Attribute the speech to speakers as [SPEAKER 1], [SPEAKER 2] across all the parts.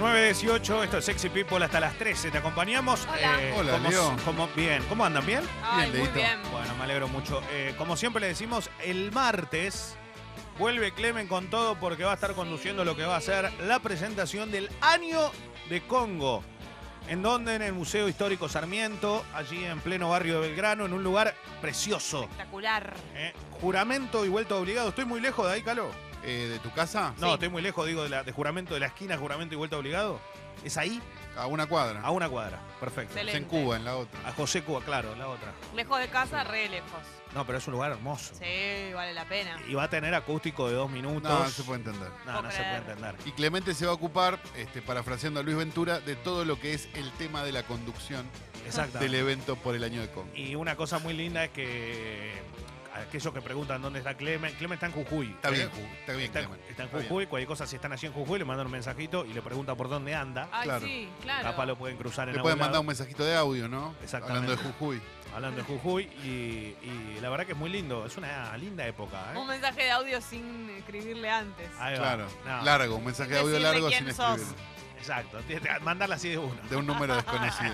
[SPEAKER 1] 918, esto es Sexy People hasta las 13. Te acompañamos.
[SPEAKER 2] Hola.
[SPEAKER 3] Hola,
[SPEAKER 1] como,
[SPEAKER 3] Leo.
[SPEAKER 1] como- bien, ¿cómo andan? ¿Bien?
[SPEAKER 2] Ay, muy
[SPEAKER 3] Leito.
[SPEAKER 2] bien.
[SPEAKER 1] Bueno, me alegro mucho. Eh, como siempre le decimos, el martes vuelve Clemen con todo porque va a estar conduciendo lo que va a ser la presentación del año de Congo. En donde en el Museo Histórico Sarmiento, allí en pleno barrio de Belgrano, en un lugar precioso.
[SPEAKER 2] Espectacular.
[SPEAKER 1] Eh, juramento y vuelta obligado. Estoy muy lejos de ahí, Calo.
[SPEAKER 3] Eh, ¿De tu casa?
[SPEAKER 1] No,
[SPEAKER 2] Sí.
[SPEAKER 1] estoy muy lejos, digo, de, la- de juramento de la esquina, juramento y vuelta obligado. ¿Es ahí?
[SPEAKER 3] A una cuadra.
[SPEAKER 1] A una cuadra. Perfecto.
[SPEAKER 3] Es en
[SPEAKER 2] Excelente.
[SPEAKER 3] Cuba, en la otra.
[SPEAKER 1] A José Cuba, claro, la otra.
[SPEAKER 2] Lejos de casa, re lejos.
[SPEAKER 1] No, pero es un lugar hermoso.
[SPEAKER 2] Sí, vale la pena.
[SPEAKER 1] Y va a tener acústico de dos minutos.
[SPEAKER 3] No, no se puede entender.
[SPEAKER 1] No, no se puede entender.
[SPEAKER 3] Y Clemente se va a ocupar, este, parafraseando a Luis Ventura, de todo lo que es el tema de la conducción
[SPEAKER 1] Exacto.
[SPEAKER 3] del evento por el año de Congo.
[SPEAKER 1] Y una cosa muy linda es que aquellos que preguntan dónde está Clemen, Clemen está en Jujuy.
[SPEAKER 3] Está bien,
[SPEAKER 1] ¿eh?
[SPEAKER 3] Ju- está bien,
[SPEAKER 1] Está,
[SPEAKER 3] Clemente.
[SPEAKER 1] está en
[SPEAKER 3] Está bien.
[SPEAKER 1] Jujuy, cualquier cosa, si están allí en Jujuy, le mandan un mensajito y le preguntan por dónde anda.
[SPEAKER 2] Ay,
[SPEAKER 3] claro.
[SPEAKER 2] sí, Ah, claro.
[SPEAKER 1] Capaz lo pueden cruzar en
[SPEAKER 3] Le
[SPEAKER 1] algún
[SPEAKER 3] pueden mandar
[SPEAKER 1] lado.
[SPEAKER 3] un mensajito de audio, ¿no?
[SPEAKER 1] Exactamente.
[SPEAKER 3] Hablando de Jujuy.
[SPEAKER 1] Hablando de Jujuy y, y la verdad que es muy lindo, es una linda época.
[SPEAKER 2] Un
[SPEAKER 1] ¿eh?
[SPEAKER 2] mensaje de audio sin escribirle antes.
[SPEAKER 1] Ahí va.
[SPEAKER 3] Claro.
[SPEAKER 1] No,
[SPEAKER 3] Largo, un mensaje de audio
[SPEAKER 2] Decirle
[SPEAKER 3] largo
[SPEAKER 2] quién
[SPEAKER 3] sin
[SPEAKER 2] sos.
[SPEAKER 3] escribir.
[SPEAKER 1] Exacto, tiene que mandarla así de uno.
[SPEAKER 3] De un número desconocido.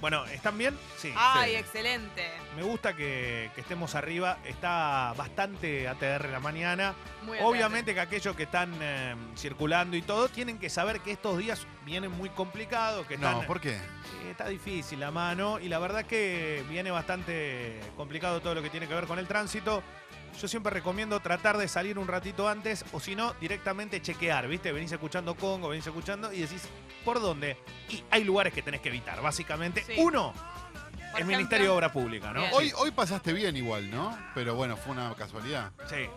[SPEAKER 1] Bueno, ¿están bien? Sí.
[SPEAKER 2] Ay,
[SPEAKER 3] Sí.
[SPEAKER 2] excelente.
[SPEAKER 1] Me gusta que, que estemos arriba, está bastante ATR la mañana.
[SPEAKER 2] Muy
[SPEAKER 1] Obviamente que aquellos que están eh, circulando y todo tienen que saber que estos días vienen muy complicados, que están,
[SPEAKER 3] No, ¿por qué?
[SPEAKER 1] eh, está difícil la mano y la verdad que viene bastante complicado todo lo que tiene que ver con el tránsito. Yo siempre recomiendo tratar de salir un ratito antes o si no, directamente chequear, ¿viste? Venís escuchando Congo, venís escuchando y decís, ¿por dónde? Y hay lugares que tenés que evitar, básicamente.
[SPEAKER 2] Sí.
[SPEAKER 1] Uno,
[SPEAKER 2] atento. Por
[SPEAKER 1] el
[SPEAKER 2] ejemplo,
[SPEAKER 1] Ministerio de Obra Pública, ¿no?
[SPEAKER 2] Bien.
[SPEAKER 3] Hoy, hoy pasaste bien igual, ¿no? Pero bueno, fue una casualidad.
[SPEAKER 1] Sí.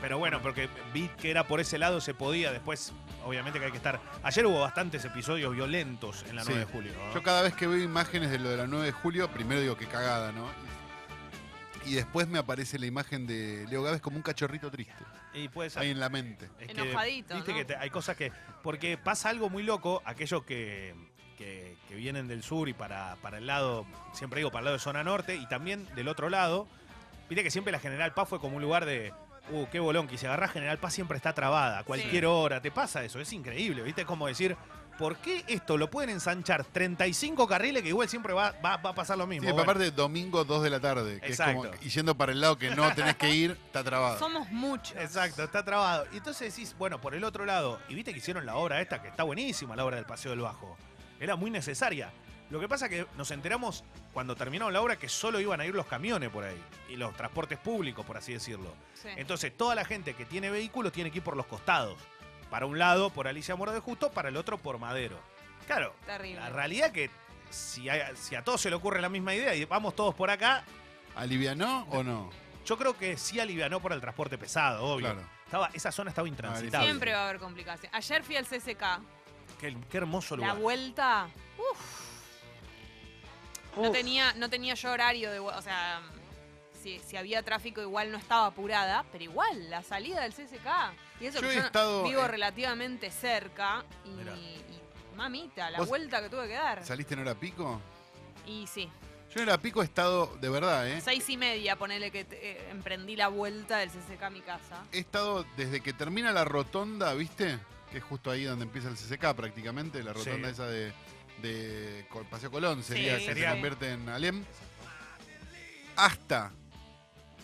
[SPEAKER 1] Pero bueno, porque vi que era por ese lado, se podía. Después, obviamente que hay que estar. Ayer hubo bastantes episodios violentos en la
[SPEAKER 3] Sí.
[SPEAKER 1] 9 de julio. ¿no?
[SPEAKER 3] Yo cada vez que veo imágenes de lo de la 9 de julio, primero digo que cagada, ¿no? Y después me aparece la imagen de Leo Gávez como un cachorrito triste.
[SPEAKER 1] Y puede ser.
[SPEAKER 3] Ahí en la mente.
[SPEAKER 1] Es que,
[SPEAKER 2] Enojadito,
[SPEAKER 1] Viste
[SPEAKER 2] ¿no?
[SPEAKER 1] que te- hay cosas que. Porque pasa algo muy loco, aquellos que, que, que vienen del sur y para, para el lado, siempre digo, para el lado de zona norte y también del otro lado. Viste que siempre la General Paz fue como un lugar de. Uh, qué bolón, que si agarrás General Paz siempre está trabada, a cualquier
[SPEAKER 2] Sí.
[SPEAKER 1] hora. Te pasa eso, es increíble, ¿viste? Es como decir. ¿Por qué esto lo pueden ensanchar 35 carriles que igual siempre va, va, va a pasar lo
[SPEAKER 3] Sí,
[SPEAKER 1] mismo?
[SPEAKER 3] pero
[SPEAKER 1] Bueno,
[SPEAKER 3] aparte domingo 2 de la tarde. Que
[SPEAKER 1] Exacto.
[SPEAKER 3] Es como, y yendo para el lado que no tenés que ir, está trabado.
[SPEAKER 2] Somos muchos.
[SPEAKER 1] Exacto, está trabado. Y entonces decís, bueno, por el otro lado, y viste que hicieron la obra esta, que está buenísima, la obra del Paseo del Bajo. Era muy necesaria. Lo que pasa que nos enteramos cuando terminaron la obra que solo iban a ir los camiones por ahí y los transportes públicos, por así decirlo.
[SPEAKER 2] Sí.
[SPEAKER 1] Entonces, toda la gente que tiene vehículos tiene que ir por los costados. Para un lado, por Alicia Mora de Justo, para el otro, por Madero. Claro,
[SPEAKER 2] Terrible.
[SPEAKER 1] la realidad que si a, si a todos se le ocurre la misma idea y vamos todos por acá,
[SPEAKER 3] ¿Alivianó o no?
[SPEAKER 1] yo creo que sí alivianó por el transporte pesado, obvio.
[SPEAKER 3] Claro.
[SPEAKER 1] Estaba, esa zona estaba intransitable.
[SPEAKER 2] Siempre va a haber complicaciones. Ayer fui al CCK.
[SPEAKER 1] Qué, qué hermoso
[SPEAKER 2] La
[SPEAKER 1] lugar.
[SPEAKER 2] vuelta. Uf. No tenía, no tenía yo horario de vu- O sea, si, si había tráfico igual no estaba apurada, pero igual, la salida del CSK. Y eso
[SPEAKER 3] Yo
[SPEAKER 2] que
[SPEAKER 3] he
[SPEAKER 2] yo no-
[SPEAKER 3] estado,
[SPEAKER 2] vivo
[SPEAKER 3] eh,
[SPEAKER 2] relativamente cerca y,
[SPEAKER 1] Mirá.
[SPEAKER 2] y, mamita, la
[SPEAKER 3] ¿Vos-
[SPEAKER 2] vuelta que tuve que dar.
[SPEAKER 3] ¿Saliste en hora pico?
[SPEAKER 2] Y sí.
[SPEAKER 3] Yo en hora pico he estado, de verdad, ¿eh?
[SPEAKER 2] Seis y media, ponele que te- eh, emprendí la vuelta del CSK a mi casa.
[SPEAKER 3] He estado desde que termina la rotonda, ¿viste? Que es justo ahí donde empieza el CCK prácticamente, la rotonda
[SPEAKER 1] Sí.
[SPEAKER 3] esa de, de Col- Paseo Colón, sería
[SPEAKER 2] Sí,
[SPEAKER 3] que
[SPEAKER 1] sería.
[SPEAKER 3] se convierte en Alem. Hasta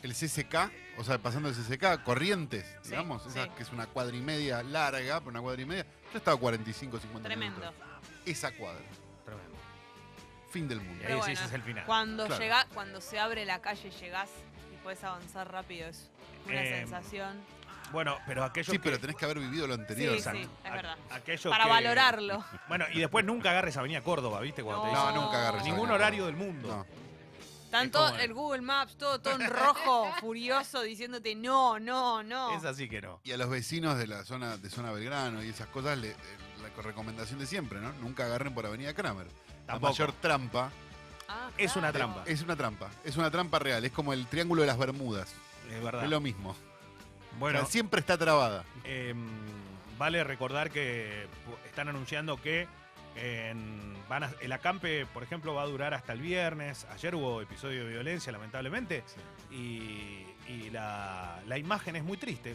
[SPEAKER 3] el CCK, o sea, pasando el CCK, Corrientes,
[SPEAKER 2] Sí,
[SPEAKER 3] digamos, esa
[SPEAKER 2] sí.
[SPEAKER 3] que es una cuadra y media larga, pero una cuadra y media. Yo estaba 45, 50
[SPEAKER 2] Tremendo.
[SPEAKER 3] minutos. Esa cuadra.
[SPEAKER 1] Tremendo.
[SPEAKER 3] Fin del
[SPEAKER 1] Y
[SPEAKER 3] mundo.
[SPEAKER 1] ahí
[SPEAKER 2] Pero
[SPEAKER 1] sí,
[SPEAKER 2] bueno,
[SPEAKER 1] ese es el final.
[SPEAKER 2] Cuando
[SPEAKER 3] Claro.
[SPEAKER 2] llega, cuando se abre la calle llegás y podés avanzar rápido. Es una
[SPEAKER 1] Eh,
[SPEAKER 3] Em,
[SPEAKER 2] sensación.
[SPEAKER 1] Bueno, pero aquello
[SPEAKER 3] Sí,
[SPEAKER 1] que-
[SPEAKER 3] pero tenés que haber vivido lo anterior.
[SPEAKER 2] Sí, sí. es
[SPEAKER 1] a-
[SPEAKER 2] verdad.
[SPEAKER 1] aquello
[SPEAKER 2] Para
[SPEAKER 1] que-
[SPEAKER 2] valorarlo.
[SPEAKER 1] Bueno, y después nunca agarres Avenida Córdoba, ¿viste? Cuando
[SPEAKER 3] No,
[SPEAKER 1] te dicen.
[SPEAKER 3] nunca agarres
[SPEAKER 1] Ningún
[SPEAKER 3] Avenida
[SPEAKER 1] horario
[SPEAKER 3] Córdoba.
[SPEAKER 1] del mundo.
[SPEAKER 3] No.
[SPEAKER 1] Es
[SPEAKER 2] Tanto
[SPEAKER 1] como-
[SPEAKER 2] el Google Maps, todo, todo en rojo, furioso, diciéndote no, no, no.
[SPEAKER 1] Es así que no.
[SPEAKER 3] Y a los vecinos de la zona de zona Belgrano y esas cosas, le- eh, la recomendación de siempre, ¿no? Nunca agarren por Avenida Kramer.
[SPEAKER 1] Tampoco.
[SPEAKER 3] La mayor trampa
[SPEAKER 2] Ah,
[SPEAKER 1] Es una
[SPEAKER 2] claro.
[SPEAKER 1] trampa.
[SPEAKER 3] es una trampa. Es una trampa real. Es como el triángulo de las Bermudas.
[SPEAKER 1] Es verdad.
[SPEAKER 3] Es lo mismo.
[SPEAKER 1] Bueno,
[SPEAKER 3] O sea, siempre está trabada.
[SPEAKER 1] eh, vale recordar que pu- están anunciando que en- van a- el acampe, por ejemplo, va a durar hasta el viernes. Ayer hubo episodio de violencia, lamentablemente. Y, y la, la imagen es muy triste.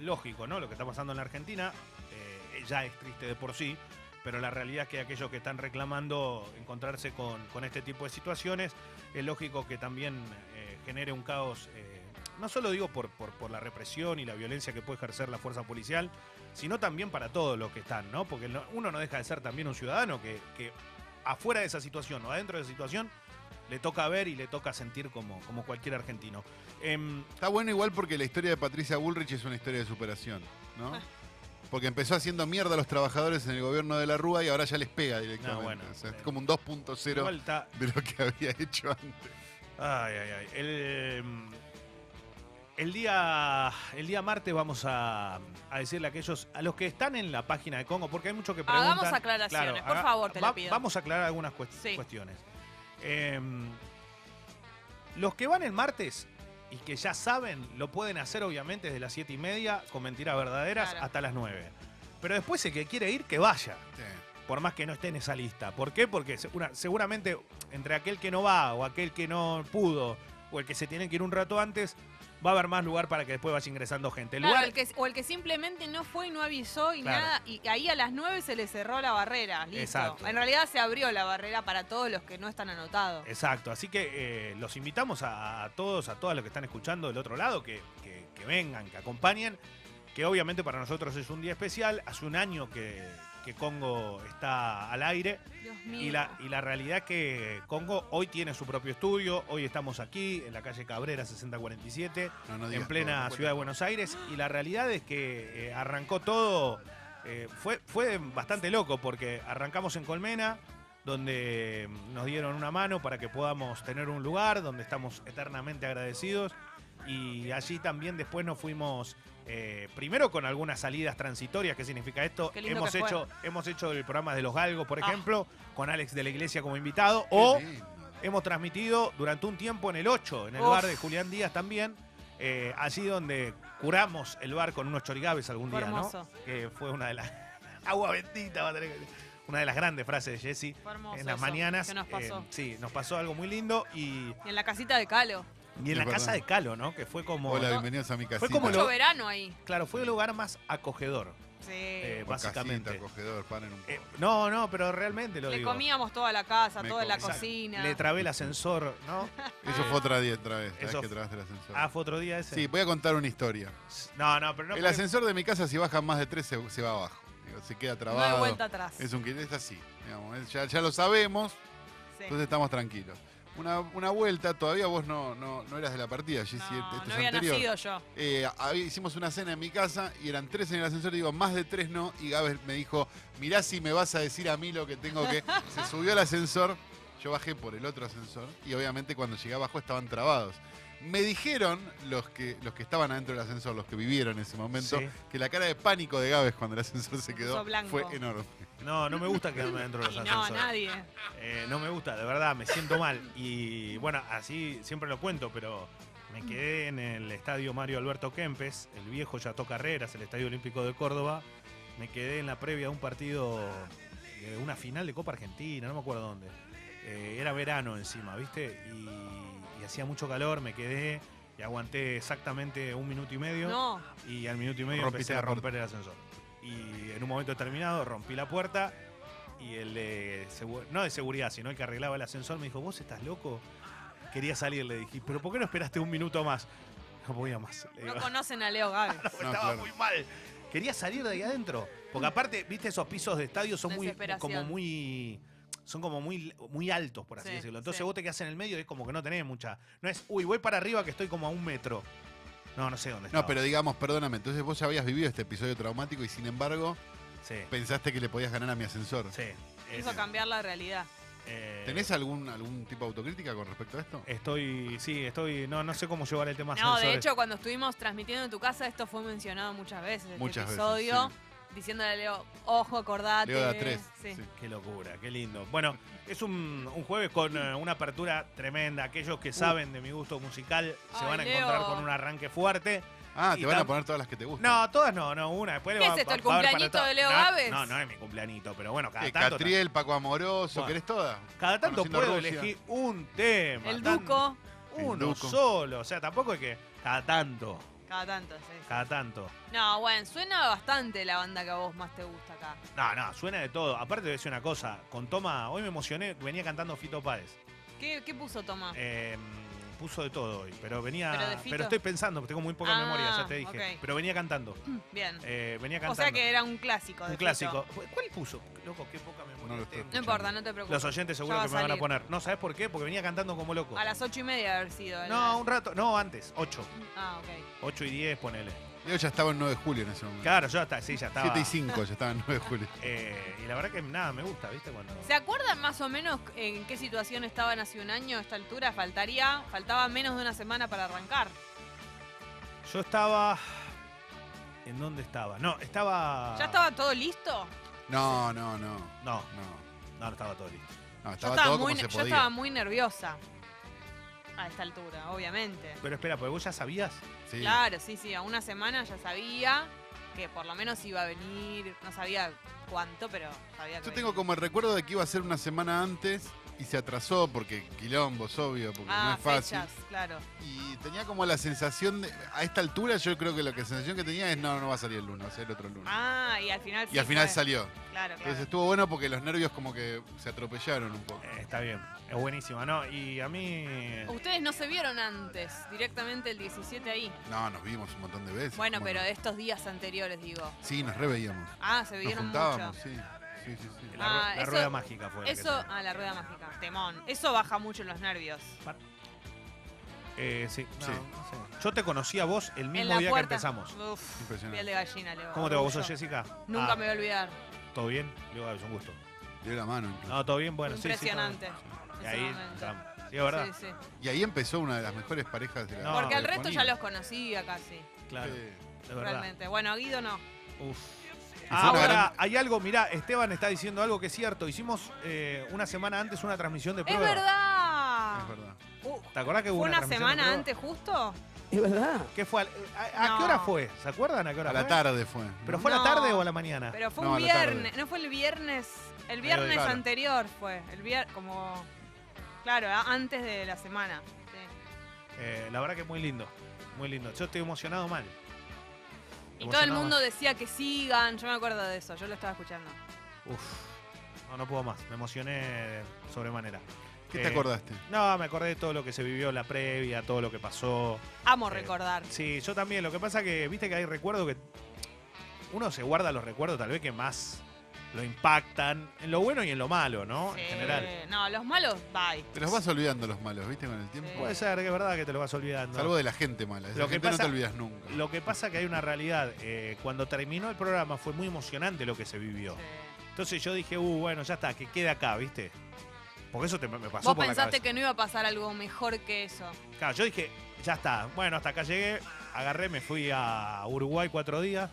[SPEAKER 1] Lógico, ¿no? Lo que está pasando en la Argentina eh, ya es triste de por sí. pero la realidad es que aquellos que están reclamando encontrarse con, con este tipo de situaciones, es lógico que también eh, genere un caos, eh, no solo digo por, por, por la represión y la violencia que puede ejercer la fuerza policial, sino también para todos los que están, ¿no? Porque no- uno no deja de ser también un ciudadano que, que afuera de esa situación o adentro de esa situación le toca ver y le toca sentir como, como cualquier argentino. Em,
[SPEAKER 3] Está bueno igual porque la historia de Patricia Bullrich es una historia de superación, ¿no? Porque empezó haciendo mierda a los trabajadores en el gobierno de la Rúa y ahora ya les pega directamente.
[SPEAKER 1] No, bueno. eh,
[SPEAKER 3] O sea, es como un 2.0
[SPEAKER 1] igual está-
[SPEAKER 3] de lo que había hecho antes.
[SPEAKER 1] Ay, ay, ay. El, em, el día, el día martes vamos a, a decirle a aquellos, a los que están en la página de Congo, porque hay mucho que preguntan.
[SPEAKER 2] Hagamos aclaraciones, por
[SPEAKER 1] haga-
[SPEAKER 2] favor, te lo pido.
[SPEAKER 1] Vamos a aclarar algunas cuest-
[SPEAKER 2] Sí.
[SPEAKER 1] cuestiones. Em, los que van el martes y que ya saben, lo pueden hacer obviamente desde las 7 y media con mentiras verdaderas
[SPEAKER 2] Claro.
[SPEAKER 1] hasta las 9. Pero después el que quiere ir, que vaya
[SPEAKER 3] Sí.
[SPEAKER 1] por más que no esté en esa lista. ¿Por qué? Porque segura- seguramente entre aquel que no va o aquel que no pudo o el que se tiene que ir un rato antes, va a haber más lugar para que después vaya ingresando gente. El
[SPEAKER 2] Claro,
[SPEAKER 1] lugar,
[SPEAKER 2] el que, o el que simplemente no fue y no avisó y
[SPEAKER 1] Claro.
[SPEAKER 2] nada, y ahí a las 9 se le cerró la barrera. Listo.
[SPEAKER 1] Exacto.
[SPEAKER 2] En realidad se abrió la barrera para todos los que no están anotados.
[SPEAKER 1] Exacto, así que eh, los invitamos a, a todos, a todas los que están escuchando del otro lado, que, que- que vengan, que acompañen, que obviamente para nosotros es un día especial, hace un año que, que Congo está al aire.
[SPEAKER 2] Dios
[SPEAKER 1] Y
[SPEAKER 2] mío.
[SPEAKER 1] la, y la realidad es que Congo hoy tiene su propio estudio, hoy estamos aquí en la calle Cabrera 6047,
[SPEAKER 3] No, no digas
[SPEAKER 1] en plena
[SPEAKER 3] todo.
[SPEAKER 1] ciudad de Buenos Aires y la realidad es que eh, arrancó todo, eh, fue, fue bastante loco porque arrancamos en Colmena, donde mm, nos dieron una mano para que podamos tener un lugar, donde estamos eternamente agradecidos y allí también después nos fuimos... eh, primero con algunas salidas transitorias, ¿qué significa esto?
[SPEAKER 2] Qué lindo
[SPEAKER 1] Hemos
[SPEAKER 2] que fue.
[SPEAKER 1] hecho, hemos hecho el programa de los galgos, por
[SPEAKER 2] Ah.
[SPEAKER 1] ejemplo, con Alex de la Iglesia como invitado,
[SPEAKER 3] Qué
[SPEAKER 1] o
[SPEAKER 3] lindo.
[SPEAKER 1] Hemos transmitido durante un tiempo en el 8, en el
[SPEAKER 2] Uf.
[SPEAKER 1] bar de Julián Díaz también. eh, allí donde curamos el bar con unos chorigaves algún
[SPEAKER 2] Fue
[SPEAKER 1] día,
[SPEAKER 2] hermoso.
[SPEAKER 1] ¿no? Que fue una de las. Agua bendita, va a tener que- una de las grandes frases de Jesse.
[SPEAKER 2] Fue hermoso
[SPEAKER 1] En las
[SPEAKER 2] eso
[SPEAKER 1] mañanas.
[SPEAKER 2] que nos
[SPEAKER 1] eh,
[SPEAKER 2] pasó.
[SPEAKER 1] sí, nos pasó algo muy lindo y,
[SPEAKER 2] Y en la casita de Calo.
[SPEAKER 1] y en
[SPEAKER 3] Es
[SPEAKER 1] la
[SPEAKER 3] verdad.
[SPEAKER 1] casa de Calo, ¿no? Que fue como.
[SPEAKER 3] Hola, bienvenidos a mi casita.
[SPEAKER 1] como
[SPEAKER 2] Mucho
[SPEAKER 1] lo-
[SPEAKER 2] verano ahí.
[SPEAKER 1] Claro, fue el lugar más acogedor,
[SPEAKER 2] Sí.
[SPEAKER 1] eh,
[SPEAKER 3] O
[SPEAKER 1] básicamente.
[SPEAKER 3] Casita, acogedor, paren un poco.
[SPEAKER 1] Eh, no, no, pero realmente lo
[SPEAKER 2] Le
[SPEAKER 1] digo.
[SPEAKER 2] comíamos toda la casa,
[SPEAKER 3] Me
[SPEAKER 2] toda la
[SPEAKER 3] comí. Exacto.
[SPEAKER 2] cocina.
[SPEAKER 1] Le trabé el ascensor, ¿no?
[SPEAKER 3] Eso fue otra día otra vez, la
[SPEAKER 1] eso
[SPEAKER 3] vez que
[SPEAKER 1] fu-
[SPEAKER 3] trabajaste el ascensor.
[SPEAKER 1] Ah, fue otro día ese.
[SPEAKER 3] sí, voy a contar una historia.
[SPEAKER 1] No, no, pero no.
[SPEAKER 3] el
[SPEAKER 1] porque-
[SPEAKER 3] ascensor de mi casa, si baja más de 3, se, se va abajo. Digo, se queda
[SPEAKER 2] no hay
[SPEAKER 3] trabado.
[SPEAKER 2] vuelta atrás.
[SPEAKER 3] es un es así. digamos, es- ya, ya lo sabemos,
[SPEAKER 2] Sí.
[SPEAKER 3] entonces estamos tranquilos. Una, una vuelta, todavía vos no, no, no eras de la partida, Jessy,
[SPEAKER 2] no,
[SPEAKER 3] este
[SPEAKER 2] no
[SPEAKER 3] es
[SPEAKER 2] había
[SPEAKER 3] anterior.
[SPEAKER 2] nacido yo.
[SPEAKER 3] Eh, hab- hicimos una cena en mi casa y eran tres en el ascensor, digo, más de tres no. Y Gabes me dijo, mirá si me vas a decir a mí lo que tengo que. Se subió al ascensor, yo bajé por el otro ascensor y obviamente cuando llegué abajo estaban trabados. Me dijeron los que, los que estaban adentro del ascensor, los que vivieron ese momento,
[SPEAKER 1] Sí.
[SPEAKER 3] que la cara de pánico de Gabes cuando el ascensor se
[SPEAKER 2] Se
[SPEAKER 3] quedó
[SPEAKER 2] puso blanco.
[SPEAKER 3] fue enorme.
[SPEAKER 1] No, no me gusta quedarme dentro de los
[SPEAKER 2] Y no, a
[SPEAKER 1] ascensores.
[SPEAKER 2] nadie.
[SPEAKER 1] Eh, no me gusta, de verdad, me siento mal. Y bueno, así siempre lo cuento, pero me quedé en el estadio Mario Alberto Kempes, el viejo Yató Carreras, el Estadio Olímpico de Córdoba. Me quedé en la previa de un partido, de una final de Copa Argentina, no me acuerdo dónde. Eh, era verano encima, ¿viste? Y, y hacía mucho calor, me quedé y aguanté exactamente un minuto y medio
[SPEAKER 2] No.
[SPEAKER 1] y al minuto y medio empecé
[SPEAKER 3] Rompiste
[SPEAKER 1] a
[SPEAKER 3] la puerta.
[SPEAKER 1] romper el ascensor. Y en un momento determinado rompí la puerta y el de segu- no de seguridad, sino el que arreglaba el ascensor me dijo, ¿vos estás loco? Quería salir, le dije, pero ¿por qué no esperaste un minuto más? No podía más. le
[SPEAKER 2] No
[SPEAKER 1] digo.
[SPEAKER 2] conocen a Leo Gávez.
[SPEAKER 1] Porque
[SPEAKER 3] No,
[SPEAKER 1] estaba
[SPEAKER 3] claro.
[SPEAKER 1] muy mal. Quería salir de ahí adentro. Porque aparte, viste, esos pisos de estadio son muy
[SPEAKER 2] Desesperación.
[SPEAKER 1] como muy. Son como muy, muy altos, por así
[SPEAKER 2] Sí,
[SPEAKER 1] decirlo. Entonces
[SPEAKER 2] sí.
[SPEAKER 1] vos te quedás en el medio y es como que no tenés mucha. No es, uy, voy para arriba que estoy como a un metro. No, no sé dónde
[SPEAKER 3] No,
[SPEAKER 1] estaba.
[SPEAKER 3] pero digamos, perdóname, entonces vos ya habías vivido este episodio traumático y sin embargo
[SPEAKER 1] Sí,
[SPEAKER 3] pensaste que le podías ganar a mi ascensor.
[SPEAKER 1] sí. es-
[SPEAKER 2] Hizo cambiar la realidad.
[SPEAKER 1] Eh,
[SPEAKER 3] ¿Tenés algún, algún tipo de autocrítica con respecto a esto?
[SPEAKER 1] Estoy, sí, estoy, no, no sé cómo llevar el tema
[SPEAKER 2] No, de
[SPEAKER 1] ascensores.
[SPEAKER 2] hecho, cuando estuvimos transmitiendo en tu casa, esto fue mencionado muchas veces. Este
[SPEAKER 3] Muchas veces,
[SPEAKER 2] episodio,
[SPEAKER 3] sí.
[SPEAKER 2] diciéndole a Leo, ojo, acordate.
[SPEAKER 3] Leo da tres.
[SPEAKER 2] Sí.
[SPEAKER 3] sí.
[SPEAKER 1] Qué locura, qué lindo. Bueno, es un, un jueves con eh, una apertura tremenda. Aquellos que saben de mi gusto musical se
[SPEAKER 2] Ay,
[SPEAKER 1] van a
[SPEAKER 2] Leo.
[SPEAKER 1] encontrar con un arranque fuerte.
[SPEAKER 3] Ah,
[SPEAKER 1] Y
[SPEAKER 3] te van
[SPEAKER 1] tam-
[SPEAKER 3] a poner todas las que te gustan.
[SPEAKER 1] No, todas no, no, una. Después le
[SPEAKER 2] ¿Qué
[SPEAKER 1] va-
[SPEAKER 2] es esto,
[SPEAKER 1] va-
[SPEAKER 2] el
[SPEAKER 1] va a haber para
[SPEAKER 2] cumpleañito
[SPEAKER 1] todo.
[SPEAKER 2] de Leo
[SPEAKER 1] no,
[SPEAKER 2] Gávez?
[SPEAKER 1] No, no es mi cumpleañto, pero bueno, cada
[SPEAKER 3] Eh,
[SPEAKER 1] tanto.
[SPEAKER 3] Catriel, Paco Amoroso,
[SPEAKER 1] Bueno.
[SPEAKER 3] ¿querés todas?
[SPEAKER 1] cada tanto
[SPEAKER 3] Conociendo a
[SPEAKER 1] puedo
[SPEAKER 3] Rusia.
[SPEAKER 1] elegir un tema.
[SPEAKER 2] El
[SPEAKER 1] tan-
[SPEAKER 2] Duco.
[SPEAKER 1] Uno
[SPEAKER 3] El Duco.
[SPEAKER 1] solo. O sea, tampoco es que cada tanto.
[SPEAKER 2] Cada tanto, sí, sí.
[SPEAKER 1] Cada tanto.
[SPEAKER 2] No, bueno, suena bastante la banda que a vos más te gusta acá.
[SPEAKER 1] No, no, suena de todo. Aparte, te voy a decir una cosa. Con Toma, hoy me emocioné, venía cantando Fito Páez.
[SPEAKER 2] ¿Qué, qué puso Toma?
[SPEAKER 1] Eh, puso de todo hoy, pero venía.
[SPEAKER 2] Ah. Pero de
[SPEAKER 1] Pero,
[SPEAKER 2] Fito.
[SPEAKER 1] estoy pensando, tengo muy poca
[SPEAKER 2] Ah,
[SPEAKER 1] memoria, ya te dije.
[SPEAKER 2] ok.
[SPEAKER 1] Pero venía cantando.
[SPEAKER 2] Mm, Bien.
[SPEAKER 1] eh, venía
[SPEAKER 2] o
[SPEAKER 1] cantando.
[SPEAKER 2] sea que era un clásico. de
[SPEAKER 1] un
[SPEAKER 2] Fito.
[SPEAKER 1] clásico. ¿Cuál puso? Loco, qué poca memoria
[SPEAKER 3] No lo estoy
[SPEAKER 1] tengo.
[SPEAKER 2] No importa, no te preocupes.
[SPEAKER 1] Los oyentes
[SPEAKER 2] Ya
[SPEAKER 1] seguro
[SPEAKER 2] va
[SPEAKER 1] que me van
[SPEAKER 2] salir.
[SPEAKER 1] a poner. No, ¿sabes por qué? Porque venía cantando como loco.
[SPEAKER 2] A las ocho y media de haber sido. el-
[SPEAKER 1] No, un rato. No, antes. 8.
[SPEAKER 2] Ah, ok.
[SPEAKER 1] 8 y 10, ponele.
[SPEAKER 3] Yo ya estaba en 9 de julio en ese momento.
[SPEAKER 1] Claro, yo hasta, sí, ya estaba.
[SPEAKER 3] 7 Mm. y 5 ya estaba en 9 de julio.
[SPEAKER 1] Eh, y la verdad que nada, me gusta, ¿viste? Cuando...
[SPEAKER 2] ¿Se acuerdan más o menos en qué situación estaban hace un año a esta altura? Faltaría, faltaba menos de una semana para arrancar.
[SPEAKER 1] Yo estaba... ¿En dónde estaba? No, estaba...
[SPEAKER 3] Ah.
[SPEAKER 2] ¿Ya estaba todo listo?
[SPEAKER 3] No, no, no.
[SPEAKER 1] No,
[SPEAKER 3] No,
[SPEAKER 1] no, no estaba todo listo.
[SPEAKER 3] no
[SPEAKER 2] Yo
[SPEAKER 3] estaba,
[SPEAKER 2] estaba, muy,
[SPEAKER 3] todo como
[SPEAKER 2] ne-
[SPEAKER 3] se
[SPEAKER 2] yo
[SPEAKER 3] podía.
[SPEAKER 2] estaba muy nerviosa a esta altura, obviamente.
[SPEAKER 1] Pero espera, porque vos ya sabías.
[SPEAKER 3] Sí.
[SPEAKER 2] Claro, sí, sí, a una semana ya sabía que por lo menos iba a venir, no sabía cuánto, pero sabía que
[SPEAKER 3] Yo tengo como el recuerdo de que iba a ser una semana antes y se atrasó porque quilombos, obvio, porque
[SPEAKER 2] Ah,
[SPEAKER 3] no es fácil.
[SPEAKER 2] fechas, claro.
[SPEAKER 3] Y tenía como la sensación, de- a esta altura yo creo que la que- sensación que tenía es no, no va a salir el lunes, va a ser el otro lunes.
[SPEAKER 2] Ah, y al final
[SPEAKER 3] y al
[SPEAKER 2] sí
[SPEAKER 3] final
[SPEAKER 2] fue.
[SPEAKER 3] salió.
[SPEAKER 2] Claro, claro.
[SPEAKER 3] Entonces estuvo bueno porque los nervios como que se atropellaron un poco.
[SPEAKER 1] Eh, está bien, es buenísima, ¿no? Y a mí...
[SPEAKER 2] Ustedes no se vieron antes, directamente el 17 ahí.
[SPEAKER 3] No, nos vimos un montón de veces.
[SPEAKER 2] Bueno,
[SPEAKER 3] ¿cómo
[SPEAKER 2] pero
[SPEAKER 3] no?
[SPEAKER 2] de estos días anteriores, digo.
[SPEAKER 3] Sí, nos reveíamos.
[SPEAKER 2] Ah, se
[SPEAKER 3] Nos
[SPEAKER 2] vieron mucho.
[SPEAKER 3] juntábamos, sí. Sí, sí, sí.
[SPEAKER 1] La, ru-
[SPEAKER 2] Ah,
[SPEAKER 1] la
[SPEAKER 2] eso-
[SPEAKER 1] rueda mágica fue. la que
[SPEAKER 2] Eso, ah, la rueda mágica, temón. Eso baja mucho los nervios.
[SPEAKER 1] salió. Eh, sí, no,
[SPEAKER 3] Sí.
[SPEAKER 1] no sé. Yo te conocí a vos el
[SPEAKER 2] en
[SPEAKER 1] mismo
[SPEAKER 2] la
[SPEAKER 1] día que
[SPEAKER 2] puerta.
[SPEAKER 1] empezamos.
[SPEAKER 2] Uf,
[SPEAKER 3] Impresionante.
[SPEAKER 2] piel de gallina, Leo.
[SPEAKER 1] ¿Cómo te va vos,
[SPEAKER 2] Orgullo.
[SPEAKER 1] sos, Jessica?
[SPEAKER 2] Nunca
[SPEAKER 1] Ah,
[SPEAKER 2] me voy a olvidar.
[SPEAKER 1] ¿Todo bien? Leo Gávez, un gusto.
[SPEAKER 3] Dio la mano. incluso.
[SPEAKER 1] No, todo bien, bueno, sí, sí, todo bien.
[SPEAKER 2] Impresionante.
[SPEAKER 1] Y
[SPEAKER 2] ese
[SPEAKER 1] ahí
[SPEAKER 2] momento.
[SPEAKER 1] entramos. Sí, es verdad.
[SPEAKER 2] Sí, sí.
[SPEAKER 3] Y ahí empezó una de las mejores parejas de la
[SPEAKER 1] No,
[SPEAKER 2] Porque al resto
[SPEAKER 3] telefonía.
[SPEAKER 2] ya los conocía casi,
[SPEAKER 1] Claro,
[SPEAKER 3] Sí.
[SPEAKER 1] es verdad.
[SPEAKER 2] realmente. Bueno, a Guido no.
[SPEAKER 1] Uf.
[SPEAKER 3] una
[SPEAKER 1] Ahora,
[SPEAKER 3] gran-
[SPEAKER 1] hay algo, mirá, Esteban está diciendo algo que es cierto. Hicimos eh, una semana antes una transmisión de
[SPEAKER 2] ¡Es
[SPEAKER 1] prueba.
[SPEAKER 2] verdad!
[SPEAKER 3] Es verdad.
[SPEAKER 2] Uh,
[SPEAKER 1] ¿Te acordás que hubo
[SPEAKER 2] ¿Fue una
[SPEAKER 1] transmisión Ah. de
[SPEAKER 2] semana
[SPEAKER 1] prueba?
[SPEAKER 2] antes justo?
[SPEAKER 4] Es verdad.
[SPEAKER 1] ¿Qué fue? al- ¿A, a
[SPEAKER 2] No.
[SPEAKER 1] qué hora fue? ¿Se acuerdan a qué hora
[SPEAKER 3] A la
[SPEAKER 1] fue?
[SPEAKER 3] tarde fue.
[SPEAKER 1] ¿Pero fue a la
[SPEAKER 2] No.
[SPEAKER 1] tarde o a la mañana?
[SPEAKER 2] Pero fue
[SPEAKER 3] No,
[SPEAKER 2] un
[SPEAKER 3] a la tarde.
[SPEAKER 2] viernes, no fue el viernes, el
[SPEAKER 1] Medio
[SPEAKER 2] viernes
[SPEAKER 3] claro.
[SPEAKER 2] anterior fue, el viernes, como, claro, a- antes de la semana. sí.
[SPEAKER 1] Eh, la verdad que muy lindo. Muy lindo. Yo estoy emocionado mal.
[SPEAKER 2] Y todo el
[SPEAKER 1] Emocionado
[SPEAKER 2] mundo decía que sigan, yo me acuerdo de eso, yo lo estaba escuchando.
[SPEAKER 1] mal. Uf. No, no puedo más. Me emocioné sobremanera.
[SPEAKER 3] ¿Qué te
[SPEAKER 1] Eh,
[SPEAKER 3] acordaste?
[SPEAKER 1] No, me acordé de todo lo que se vivió en la previa, todo lo que pasó.
[SPEAKER 2] Amo
[SPEAKER 1] Sí.
[SPEAKER 2] recordar.
[SPEAKER 1] Sí, yo también. Lo que pasa que, viste que hay recuerdos que. Uno se guarda los recuerdos tal vez que más lo impactan. En lo bueno y en lo malo, ¿no? En
[SPEAKER 2] Sí.
[SPEAKER 1] general.
[SPEAKER 2] No, los malos, bye.
[SPEAKER 3] Te los vas olvidando los malos, ¿viste? Con el tiempo.
[SPEAKER 1] Puede ser que es verdad que te lo vas olvidando.
[SPEAKER 3] Salvo de la gente mala. De
[SPEAKER 1] Lo
[SPEAKER 3] la
[SPEAKER 1] que
[SPEAKER 3] gente no
[SPEAKER 1] pasa-
[SPEAKER 3] te olvidas nunca.
[SPEAKER 1] Lo que pasa que hay una realidad. eh, cuando terminó el programa fue muy emocionante lo que se vivió.
[SPEAKER 2] Sí.
[SPEAKER 1] Entonces yo dije, uh, bueno, ya está, que quede acá, ¿viste? Porque eso te- me pasó
[SPEAKER 2] Vos
[SPEAKER 1] por la
[SPEAKER 2] pensaste
[SPEAKER 1] cabeza.
[SPEAKER 2] que no iba a pasar algo mejor que eso.
[SPEAKER 1] Claro, yo dije, ya está. Bueno, hasta acá llegué, agarré, me fui a Uruguay cuatro días.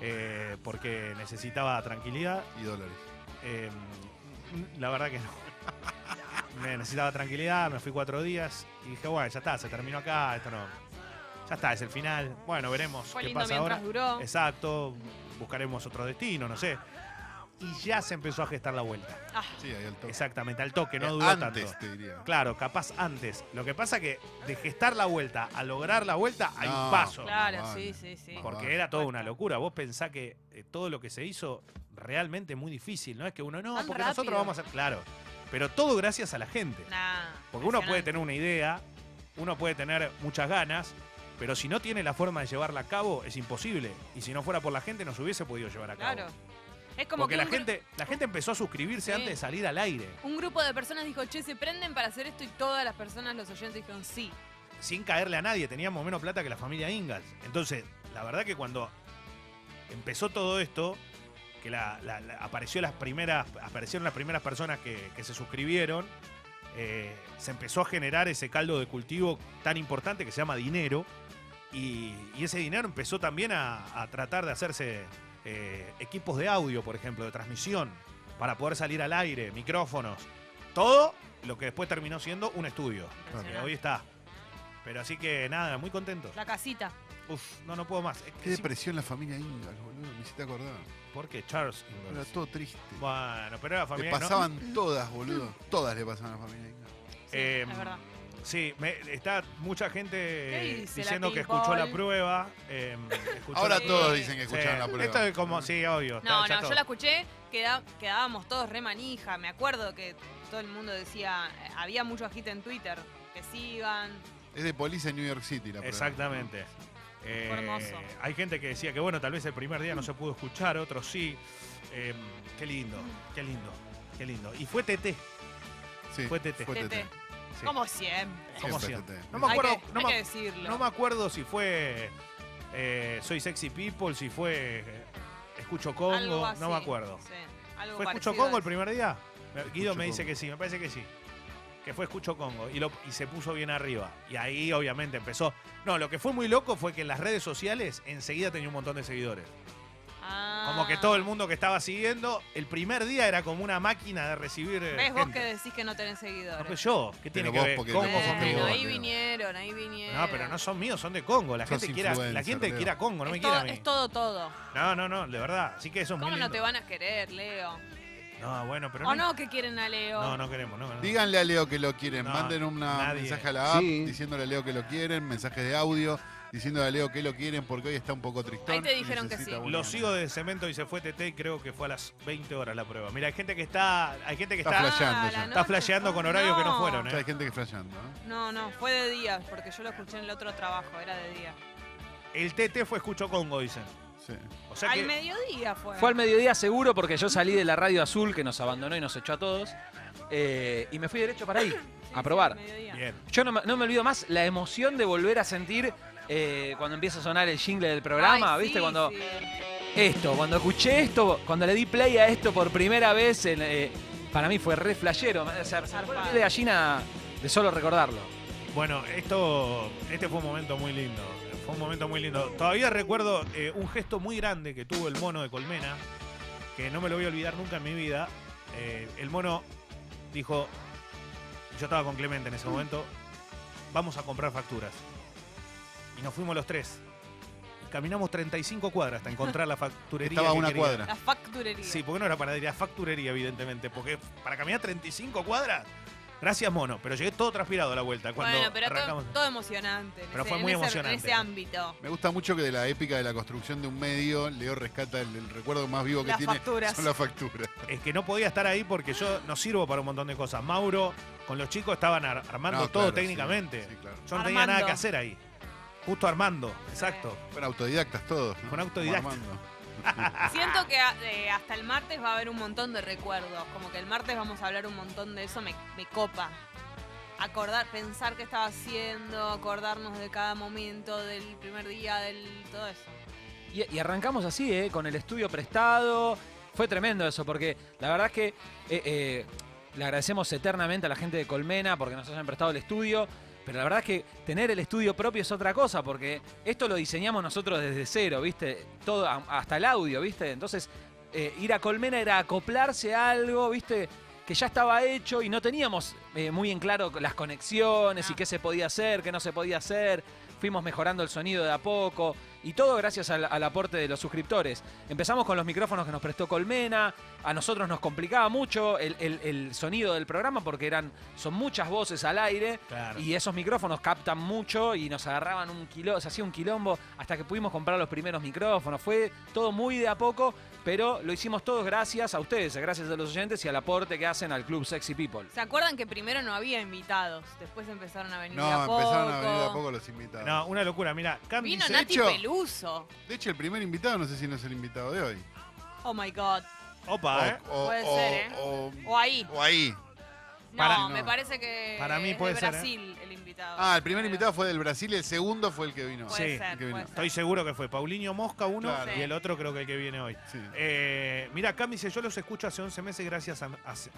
[SPEAKER 1] eh, porque necesitaba tranquilidad.
[SPEAKER 3] Y dólares.
[SPEAKER 1] Eh, la verdad que no. Me necesitaba tranquilidad, me fui cuatro días y dije, bueno, ya está, se terminó acá, esto no. Ya está, es el final. Bueno, veremos
[SPEAKER 2] Fue
[SPEAKER 1] qué
[SPEAKER 2] lindo
[SPEAKER 1] pasa
[SPEAKER 2] mientras
[SPEAKER 1] ahora.
[SPEAKER 2] duró.
[SPEAKER 1] Exacto, buscaremos otro destino, no sé. Y ya se empezó a gestar la vuelta.
[SPEAKER 2] Ah,
[SPEAKER 3] Sí, ahí al toque.
[SPEAKER 1] Exactamente, al toque,
[SPEAKER 3] Eh,
[SPEAKER 1] no duró
[SPEAKER 3] Antes,
[SPEAKER 1] tanto.
[SPEAKER 3] te diría.
[SPEAKER 1] Claro, capaz antes. Lo que pasa que de gestar la vuelta a lograr la vuelta hay un
[SPEAKER 3] No.
[SPEAKER 1] paso.
[SPEAKER 2] claro,
[SPEAKER 3] Más
[SPEAKER 2] sí, sí,
[SPEAKER 3] vale,
[SPEAKER 2] sí.
[SPEAKER 3] más
[SPEAKER 1] Porque
[SPEAKER 3] vale.
[SPEAKER 1] era toda una locura. Vos pensás que eh, todo lo que se hizo realmente muy difícil, ¿no? Es que uno no,
[SPEAKER 2] Tan
[SPEAKER 1] porque nosotros
[SPEAKER 2] rápido.
[SPEAKER 1] vamos a. Claro. Pero todo gracias a la gente.
[SPEAKER 2] Nah,
[SPEAKER 1] Porque uno puede
[SPEAKER 2] impresionante.
[SPEAKER 1] tener una idea, uno puede tener muchas ganas, pero si no tiene la forma de llevarla a cabo, es imposible. Y si no fuera por la gente, no se hubiese podido llevar a cabo.
[SPEAKER 2] Claro. Es como
[SPEAKER 1] Porque
[SPEAKER 2] que
[SPEAKER 1] la
[SPEAKER 2] un gru-
[SPEAKER 1] gente, la gente empezó a suscribirse
[SPEAKER 2] Sí.
[SPEAKER 1] antes de salir al aire,
[SPEAKER 2] un grupo de personas dijo, che, se prenden para hacer esto y todas las personas, los oyentes dijeron sí.
[SPEAKER 1] sin caerle a nadie. Teníamos menos plata que la familia Ingalls. Entonces, la verdad que cuando empezó todo esto, que la- la- la- apareció las primeras, aparecieron las primeras personas que, que se suscribieron, eh, se empezó a generar ese caldo de cultivo tan importante que se llama dinero. Y, y ese dinero empezó también a, a tratar de hacerse eh, equipos de audio, por ejemplo, de transmisión, para poder salir al aire, micrófonos, todo lo que después terminó siendo un estudio. Que hoy está. Pero así que nada, muy contento.
[SPEAKER 2] La casita.
[SPEAKER 1] Uf, no, no puedo más. Es
[SPEAKER 3] Qué
[SPEAKER 1] que sí,
[SPEAKER 3] depresión la familia Ingalls, boludo. Me hiciste acordar.
[SPEAKER 1] porque Charles
[SPEAKER 3] Era
[SPEAKER 1] Ingalls.
[SPEAKER 3] todo triste.
[SPEAKER 1] Bueno, pero era
[SPEAKER 3] Le
[SPEAKER 1] familia. ¿no?
[SPEAKER 3] pasaban todas, boludo. Todas le pasaban a la familia Ingalls.
[SPEAKER 2] Sí,
[SPEAKER 1] Eh,
[SPEAKER 2] es verdad.
[SPEAKER 1] Sí, me- está mucha gente
[SPEAKER 2] ¿Qué dice la
[SPEAKER 1] diciendo que
[SPEAKER 2] Pink
[SPEAKER 1] escuchó la
[SPEAKER 2] Ball?
[SPEAKER 1] prueba. eh, escuchó
[SPEAKER 3] Ahora
[SPEAKER 1] la-
[SPEAKER 2] Sí.
[SPEAKER 3] todos dicen que
[SPEAKER 1] Sí,
[SPEAKER 3] escucharon la prueba.
[SPEAKER 1] Esto es como, sí, obvio. está-
[SPEAKER 2] No,
[SPEAKER 1] ya
[SPEAKER 2] no,
[SPEAKER 1] todo.
[SPEAKER 2] yo la escuché, queda- quedábamos todos re manija. Me acuerdo que todo el mundo decía, eh, había mucho agite en Twitter, que sigan.
[SPEAKER 3] Es de Police en New York City la prueba.
[SPEAKER 1] Exactamente. Eh,
[SPEAKER 2] hermoso.
[SPEAKER 1] hay gente que decía que, bueno, tal vez el primer día no se pudo escuchar, otros sí. Eh, qué lindo, qué lindo, qué lindo. Y fue TT,
[SPEAKER 3] Sí,
[SPEAKER 1] Fue TT.
[SPEAKER 3] Fue TT.
[SPEAKER 2] Tete,
[SPEAKER 1] sí,
[SPEAKER 2] Como siempre.
[SPEAKER 1] como siempre.
[SPEAKER 3] Siempre TT.
[SPEAKER 1] No me
[SPEAKER 2] Hay que-
[SPEAKER 1] acuerdo,
[SPEAKER 2] hay que,
[SPEAKER 1] no me-
[SPEAKER 2] decirlo.
[SPEAKER 1] no me acuerdo si fue eh, Soy Sexy People, si fue eh, Escucho
[SPEAKER 2] Algo
[SPEAKER 1] Congo,
[SPEAKER 2] así,
[SPEAKER 1] no me acuerdo.
[SPEAKER 2] sí, algo
[SPEAKER 1] ¿Fue Escucho
[SPEAKER 2] parecido
[SPEAKER 1] Congo
[SPEAKER 2] a
[SPEAKER 1] el
[SPEAKER 2] eso.
[SPEAKER 1] primer día? Me- Guido
[SPEAKER 3] Escucho
[SPEAKER 1] me dice
[SPEAKER 3] Congo.
[SPEAKER 1] que sí, me parece que sí. Que fue Escucho Congo y, lo, y se puso bien arriba. Y ahí obviamente empezó. No, lo que fue muy loco fue que en las redes sociales enseguida tenía un montón de seguidores.
[SPEAKER 2] Ah.
[SPEAKER 1] Como que todo el mundo que estaba siguiendo, el primer día era como una máquina de recibir. eh,
[SPEAKER 2] ¿Ves vos
[SPEAKER 1] gente.
[SPEAKER 2] que decís que no tenés
[SPEAKER 1] No,
[SPEAKER 2] seguidores?
[SPEAKER 1] pues yo, ¿qué tiene
[SPEAKER 3] vos
[SPEAKER 1] que ver?
[SPEAKER 3] porque
[SPEAKER 1] Congo
[SPEAKER 3] tenés
[SPEAKER 1] conmigo.
[SPEAKER 2] Bueno,
[SPEAKER 3] vos,
[SPEAKER 2] ahí
[SPEAKER 3] pero-
[SPEAKER 2] vinieron, ahí vinieron.
[SPEAKER 1] No, pero no son míos, son de Congo. La
[SPEAKER 3] Sos
[SPEAKER 1] gente quiera, la
[SPEAKER 3] influencer,
[SPEAKER 1] gente
[SPEAKER 3] Leo.
[SPEAKER 1] quiera Congo, no me
[SPEAKER 2] es,
[SPEAKER 1] quiera
[SPEAKER 2] todo,
[SPEAKER 1] a mí.
[SPEAKER 2] es todo, todo.
[SPEAKER 1] No, no, no, de verdad. Así que eso es muy
[SPEAKER 2] ¿Cómo no
[SPEAKER 1] lindo.
[SPEAKER 2] te van a querer, Leo?
[SPEAKER 1] No, bueno, pero
[SPEAKER 2] ¿O no que quieren a Leo?
[SPEAKER 1] No, no queremos, no, no.
[SPEAKER 3] Díganle a Leo que lo quieren.
[SPEAKER 1] No,
[SPEAKER 3] Manden un
[SPEAKER 1] nadie.
[SPEAKER 3] mensaje a la app
[SPEAKER 4] Sí.
[SPEAKER 3] diciéndole a Leo que lo quieren. Mensajes de audio diciéndole a Leo que lo quieren porque hoy está un poco tristón.
[SPEAKER 2] Ahí te
[SPEAKER 3] y
[SPEAKER 2] dijeron que
[SPEAKER 3] necesita
[SPEAKER 2] sí.
[SPEAKER 3] buena
[SPEAKER 1] Lo
[SPEAKER 3] onda.
[SPEAKER 1] sigo de cemento y se fue TT y creo que fue a las 20 horas la prueba. Mira, hay gente que está. Hay gente que
[SPEAKER 3] Está
[SPEAKER 1] está.
[SPEAKER 3] flasheando. flasheando
[SPEAKER 2] Ah, la
[SPEAKER 3] ya.
[SPEAKER 1] Está
[SPEAKER 2] noche.
[SPEAKER 1] flasheando con horarios que no fueron,
[SPEAKER 3] O
[SPEAKER 1] ¿eh?
[SPEAKER 3] sea, hay gente que está flasheando.
[SPEAKER 2] No,
[SPEAKER 3] ¿no?
[SPEAKER 2] no, fue de día, porque yo lo escuché en el otro trabajo, era de día.
[SPEAKER 1] El TT fue escucho Congo, dicen.
[SPEAKER 3] Sí.
[SPEAKER 1] O sea
[SPEAKER 2] al
[SPEAKER 1] que.
[SPEAKER 2] mediodía fue.
[SPEAKER 4] Fue al mediodía seguro porque yo salí de la radio azul que nos abandonó y nos echó a todos. eh, y me fui derecho para ahí,
[SPEAKER 2] Sí, sí,
[SPEAKER 4] a probar.
[SPEAKER 2] al mediodía.
[SPEAKER 1] Bien.
[SPEAKER 4] Yo no me, no me olvido más la emoción de volver a sentir eh, cuando empieza a sonar el jingle del programa,
[SPEAKER 2] Ay,
[SPEAKER 4] ¿viste?
[SPEAKER 2] sí,
[SPEAKER 4] cuando
[SPEAKER 2] sí.
[SPEAKER 4] esto, cuando escuché esto, cuando le di play a esto por primera vez, en, eh, para mí fue re flashero. O sea, se me pone la piel de gallina de solo recordarlo.
[SPEAKER 1] Bueno, esto. Este fue un momento muy lindo. Fue un momento muy lindo. Todavía recuerdo eh, un gesto muy grande que tuvo el mono de Colmena, que no me lo voy a olvidar nunca en mi vida. Eh, el mono dijo. Yo estaba con Clemente en ese momento. Vamos a comprar facturas. Y nos fuimos los tres. Y caminamos 35 cuadras hasta encontrar la facturería.
[SPEAKER 3] Estaba a
[SPEAKER 1] que
[SPEAKER 3] una
[SPEAKER 1] quería.
[SPEAKER 3] cuadra.
[SPEAKER 2] La facturería.
[SPEAKER 1] Sí, porque no era panadería, facturería, evidentemente. Porque para caminar 35 cuadras, gracias, mono. Pero llegué todo transpirado a la vuelta cuando
[SPEAKER 2] bueno, pero todo,
[SPEAKER 1] arrancamos.
[SPEAKER 2] todo emocionante. en
[SPEAKER 1] Pero
[SPEAKER 2] ese-
[SPEAKER 1] fue
[SPEAKER 2] en
[SPEAKER 1] muy
[SPEAKER 2] ese-
[SPEAKER 1] emocionante.
[SPEAKER 2] En ese ámbito.
[SPEAKER 3] Me gusta mucho que de la épica de la construcción de un medio, Leo rescata el, el recuerdo más vivo que
[SPEAKER 2] Las
[SPEAKER 3] tiene.
[SPEAKER 2] facturas.
[SPEAKER 3] Son las facturas.
[SPEAKER 1] Es que no podía estar ahí porque yo no sirvo para un montón de cosas. Mauro, con los chicos estaban ar- armando
[SPEAKER 3] No,
[SPEAKER 1] todo
[SPEAKER 3] claro, sí,
[SPEAKER 1] técnicamente.
[SPEAKER 3] sí, claro.
[SPEAKER 1] Yo no tenía nada
[SPEAKER 2] Armando.
[SPEAKER 1] que hacer ahí. Justo armando, exacto.
[SPEAKER 3] Fueron autodidactas todos. ¿no?
[SPEAKER 1] Fueron autodidactas.
[SPEAKER 3] Como Armando.
[SPEAKER 1] Ah.
[SPEAKER 2] Siento que eh, hasta el martes va a haber un montón de recuerdos. Como que el martes vamos a hablar un montón de eso, me, me copa. Acordar, pensar qué estaba haciendo, acordarnos de cada momento, del primer día, del todo eso.
[SPEAKER 4] Y, y arrancamos así, ¿eh? con el estudio prestado. Fue tremendo eso, porque la verdad es que eh, eh, le agradecemos eternamente a la gente de Colmena porque nos hayan prestado el estudio. Pero la verdad es que tener el estudio propio es otra cosa, porque esto lo diseñamos nosotros desde cero, ¿viste? Todo, a- hasta el audio, ¿viste? Entonces, eh, ir a Colmena era acoplarse a algo, ¿viste? Que ya estaba hecho y no teníamos eh, muy en claro las conexiones y
[SPEAKER 2] Ah.
[SPEAKER 4] qué se podía hacer, qué no se podía hacer. Fuimos mejorando el sonido de a poco. Y todo gracias al, al aporte de los suscriptores. Empezamos con los micrófonos que nos prestó Colmena. A nosotros nos complicaba mucho el, el- el sonido del programa porque eran, son muchas voces al aire.
[SPEAKER 1] Claro.
[SPEAKER 4] Y esos micrófonos captan mucho y nos agarraban un kilo, se hacía un quilombo hasta que pudimos comprar los primeros micrófonos. Fue todo muy de a poco, pero lo hicimos todos gracias a ustedes, gracias a los oyentes y al aporte que hacen al Club Sexy People.
[SPEAKER 2] ¿Se acuerdan que primero no había invitados? Después empezaron a venir
[SPEAKER 3] No,
[SPEAKER 2] de a poco.
[SPEAKER 3] empezaron a venir de a poco los invitados.
[SPEAKER 1] No, una locura. Mira, Cam
[SPEAKER 2] Vino
[SPEAKER 1] dice-
[SPEAKER 3] de
[SPEAKER 2] Nati
[SPEAKER 3] hecho-
[SPEAKER 2] Peluso.
[SPEAKER 3] De hecho, el primer invitado no sé si no es el invitado de hoy.
[SPEAKER 2] Oh my god.
[SPEAKER 1] Opa, ¿eh?
[SPEAKER 3] O, o-
[SPEAKER 2] Puede
[SPEAKER 3] o-
[SPEAKER 2] ser, ¿eh?
[SPEAKER 3] o-
[SPEAKER 2] O ahí.
[SPEAKER 3] o ahí.
[SPEAKER 2] No,
[SPEAKER 1] Para-
[SPEAKER 2] me
[SPEAKER 3] no.
[SPEAKER 2] parece que
[SPEAKER 1] Para mí
[SPEAKER 2] es de
[SPEAKER 1] puede ser, ¿eh?
[SPEAKER 2] Brasil el invitado.
[SPEAKER 3] Ah, el primer
[SPEAKER 2] Pero-
[SPEAKER 3] invitado fue del Brasil y el segundo fue el que vino.
[SPEAKER 1] Sí,
[SPEAKER 2] Puede ser,
[SPEAKER 3] el que
[SPEAKER 2] puede
[SPEAKER 3] vino.
[SPEAKER 2] ser.
[SPEAKER 1] Estoy seguro que fue Paulinho Mosca uno
[SPEAKER 3] Claro.
[SPEAKER 1] y el otro creo que el que viene hoy.
[SPEAKER 3] Sí.
[SPEAKER 1] Eh, mira, Cam dice, yo los escucho hace 11 meses gracias a,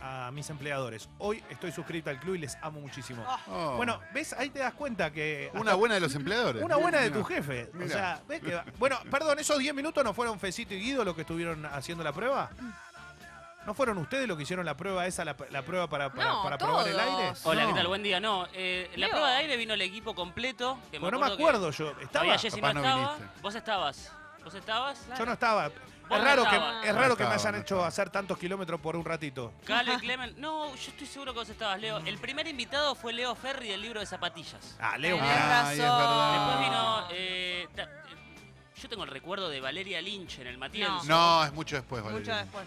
[SPEAKER 1] a- a mis empleadores. Hoy estoy suscrita al club y les amo muchísimo.
[SPEAKER 2] Oh.
[SPEAKER 3] Oh,
[SPEAKER 1] Bueno, ves, ahí te das cuenta que...
[SPEAKER 3] una buena de los empleadores.
[SPEAKER 1] Una buena de
[SPEAKER 3] Mira.
[SPEAKER 1] tu jefe. O
[SPEAKER 3] Mira.
[SPEAKER 1] sea, ves que va- Bueno, perdón, ¿esos 10 minutos no fueron Fecito y Guido los que estuvieron haciendo la prueba? ¿No fueron ustedes los que hicieron la prueba esa, la, la prueba para, para,
[SPEAKER 2] No,
[SPEAKER 1] para probar el
[SPEAKER 2] todos.
[SPEAKER 1] aire?
[SPEAKER 5] Hola,
[SPEAKER 3] No.
[SPEAKER 5] ¿qué tal? Buen día. No, eh, la
[SPEAKER 2] Leo.
[SPEAKER 5] prueba de aire vino el equipo completo. Que
[SPEAKER 1] Bueno, no me acuerdo yo.
[SPEAKER 5] Que
[SPEAKER 1] ¿Estaba?
[SPEAKER 5] había Jessy no
[SPEAKER 3] Capaz no
[SPEAKER 5] estaba.
[SPEAKER 3] viniste.
[SPEAKER 5] Vos estabas. Vos estabas.
[SPEAKER 1] Yo no estaba.
[SPEAKER 5] Vos
[SPEAKER 1] Es raro,
[SPEAKER 5] no
[SPEAKER 1] que,
[SPEAKER 5] estabas.
[SPEAKER 1] es raro que me
[SPEAKER 3] estaba,
[SPEAKER 1] hayan
[SPEAKER 3] no
[SPEAKER 1] hecho
[SPEAKER 3] estaba.
[SPEAKER 1] hacer tantos kilómetros por un ratito.
[SPEAKER 5] Cale, Clement. No, yo estoy seguro que vos estabas, Leo. El primer invitado fue Leo Ferri del libro de zapatillas.
[SPEAKER 1] Ah, Leo.
[SPEAKER 2] Tenés
[SPEAKER 1] pará.
[SPEAKER 3] Ay, es
[SPEAKER 1] Ah.
[SPEAKER 3] verdad.
[SPEAKER 2] razón.
[SPEAKER 5] Después vino. eh, ta- eh, yo tengo el recuerdo de Valeria Lynch en el Matienzo.
[SPEAKER 3] No, es mucho después,
[SPEAKER 2] Mucho
[SPEAKER 3] Valeria.
[SPEAKER 2] después.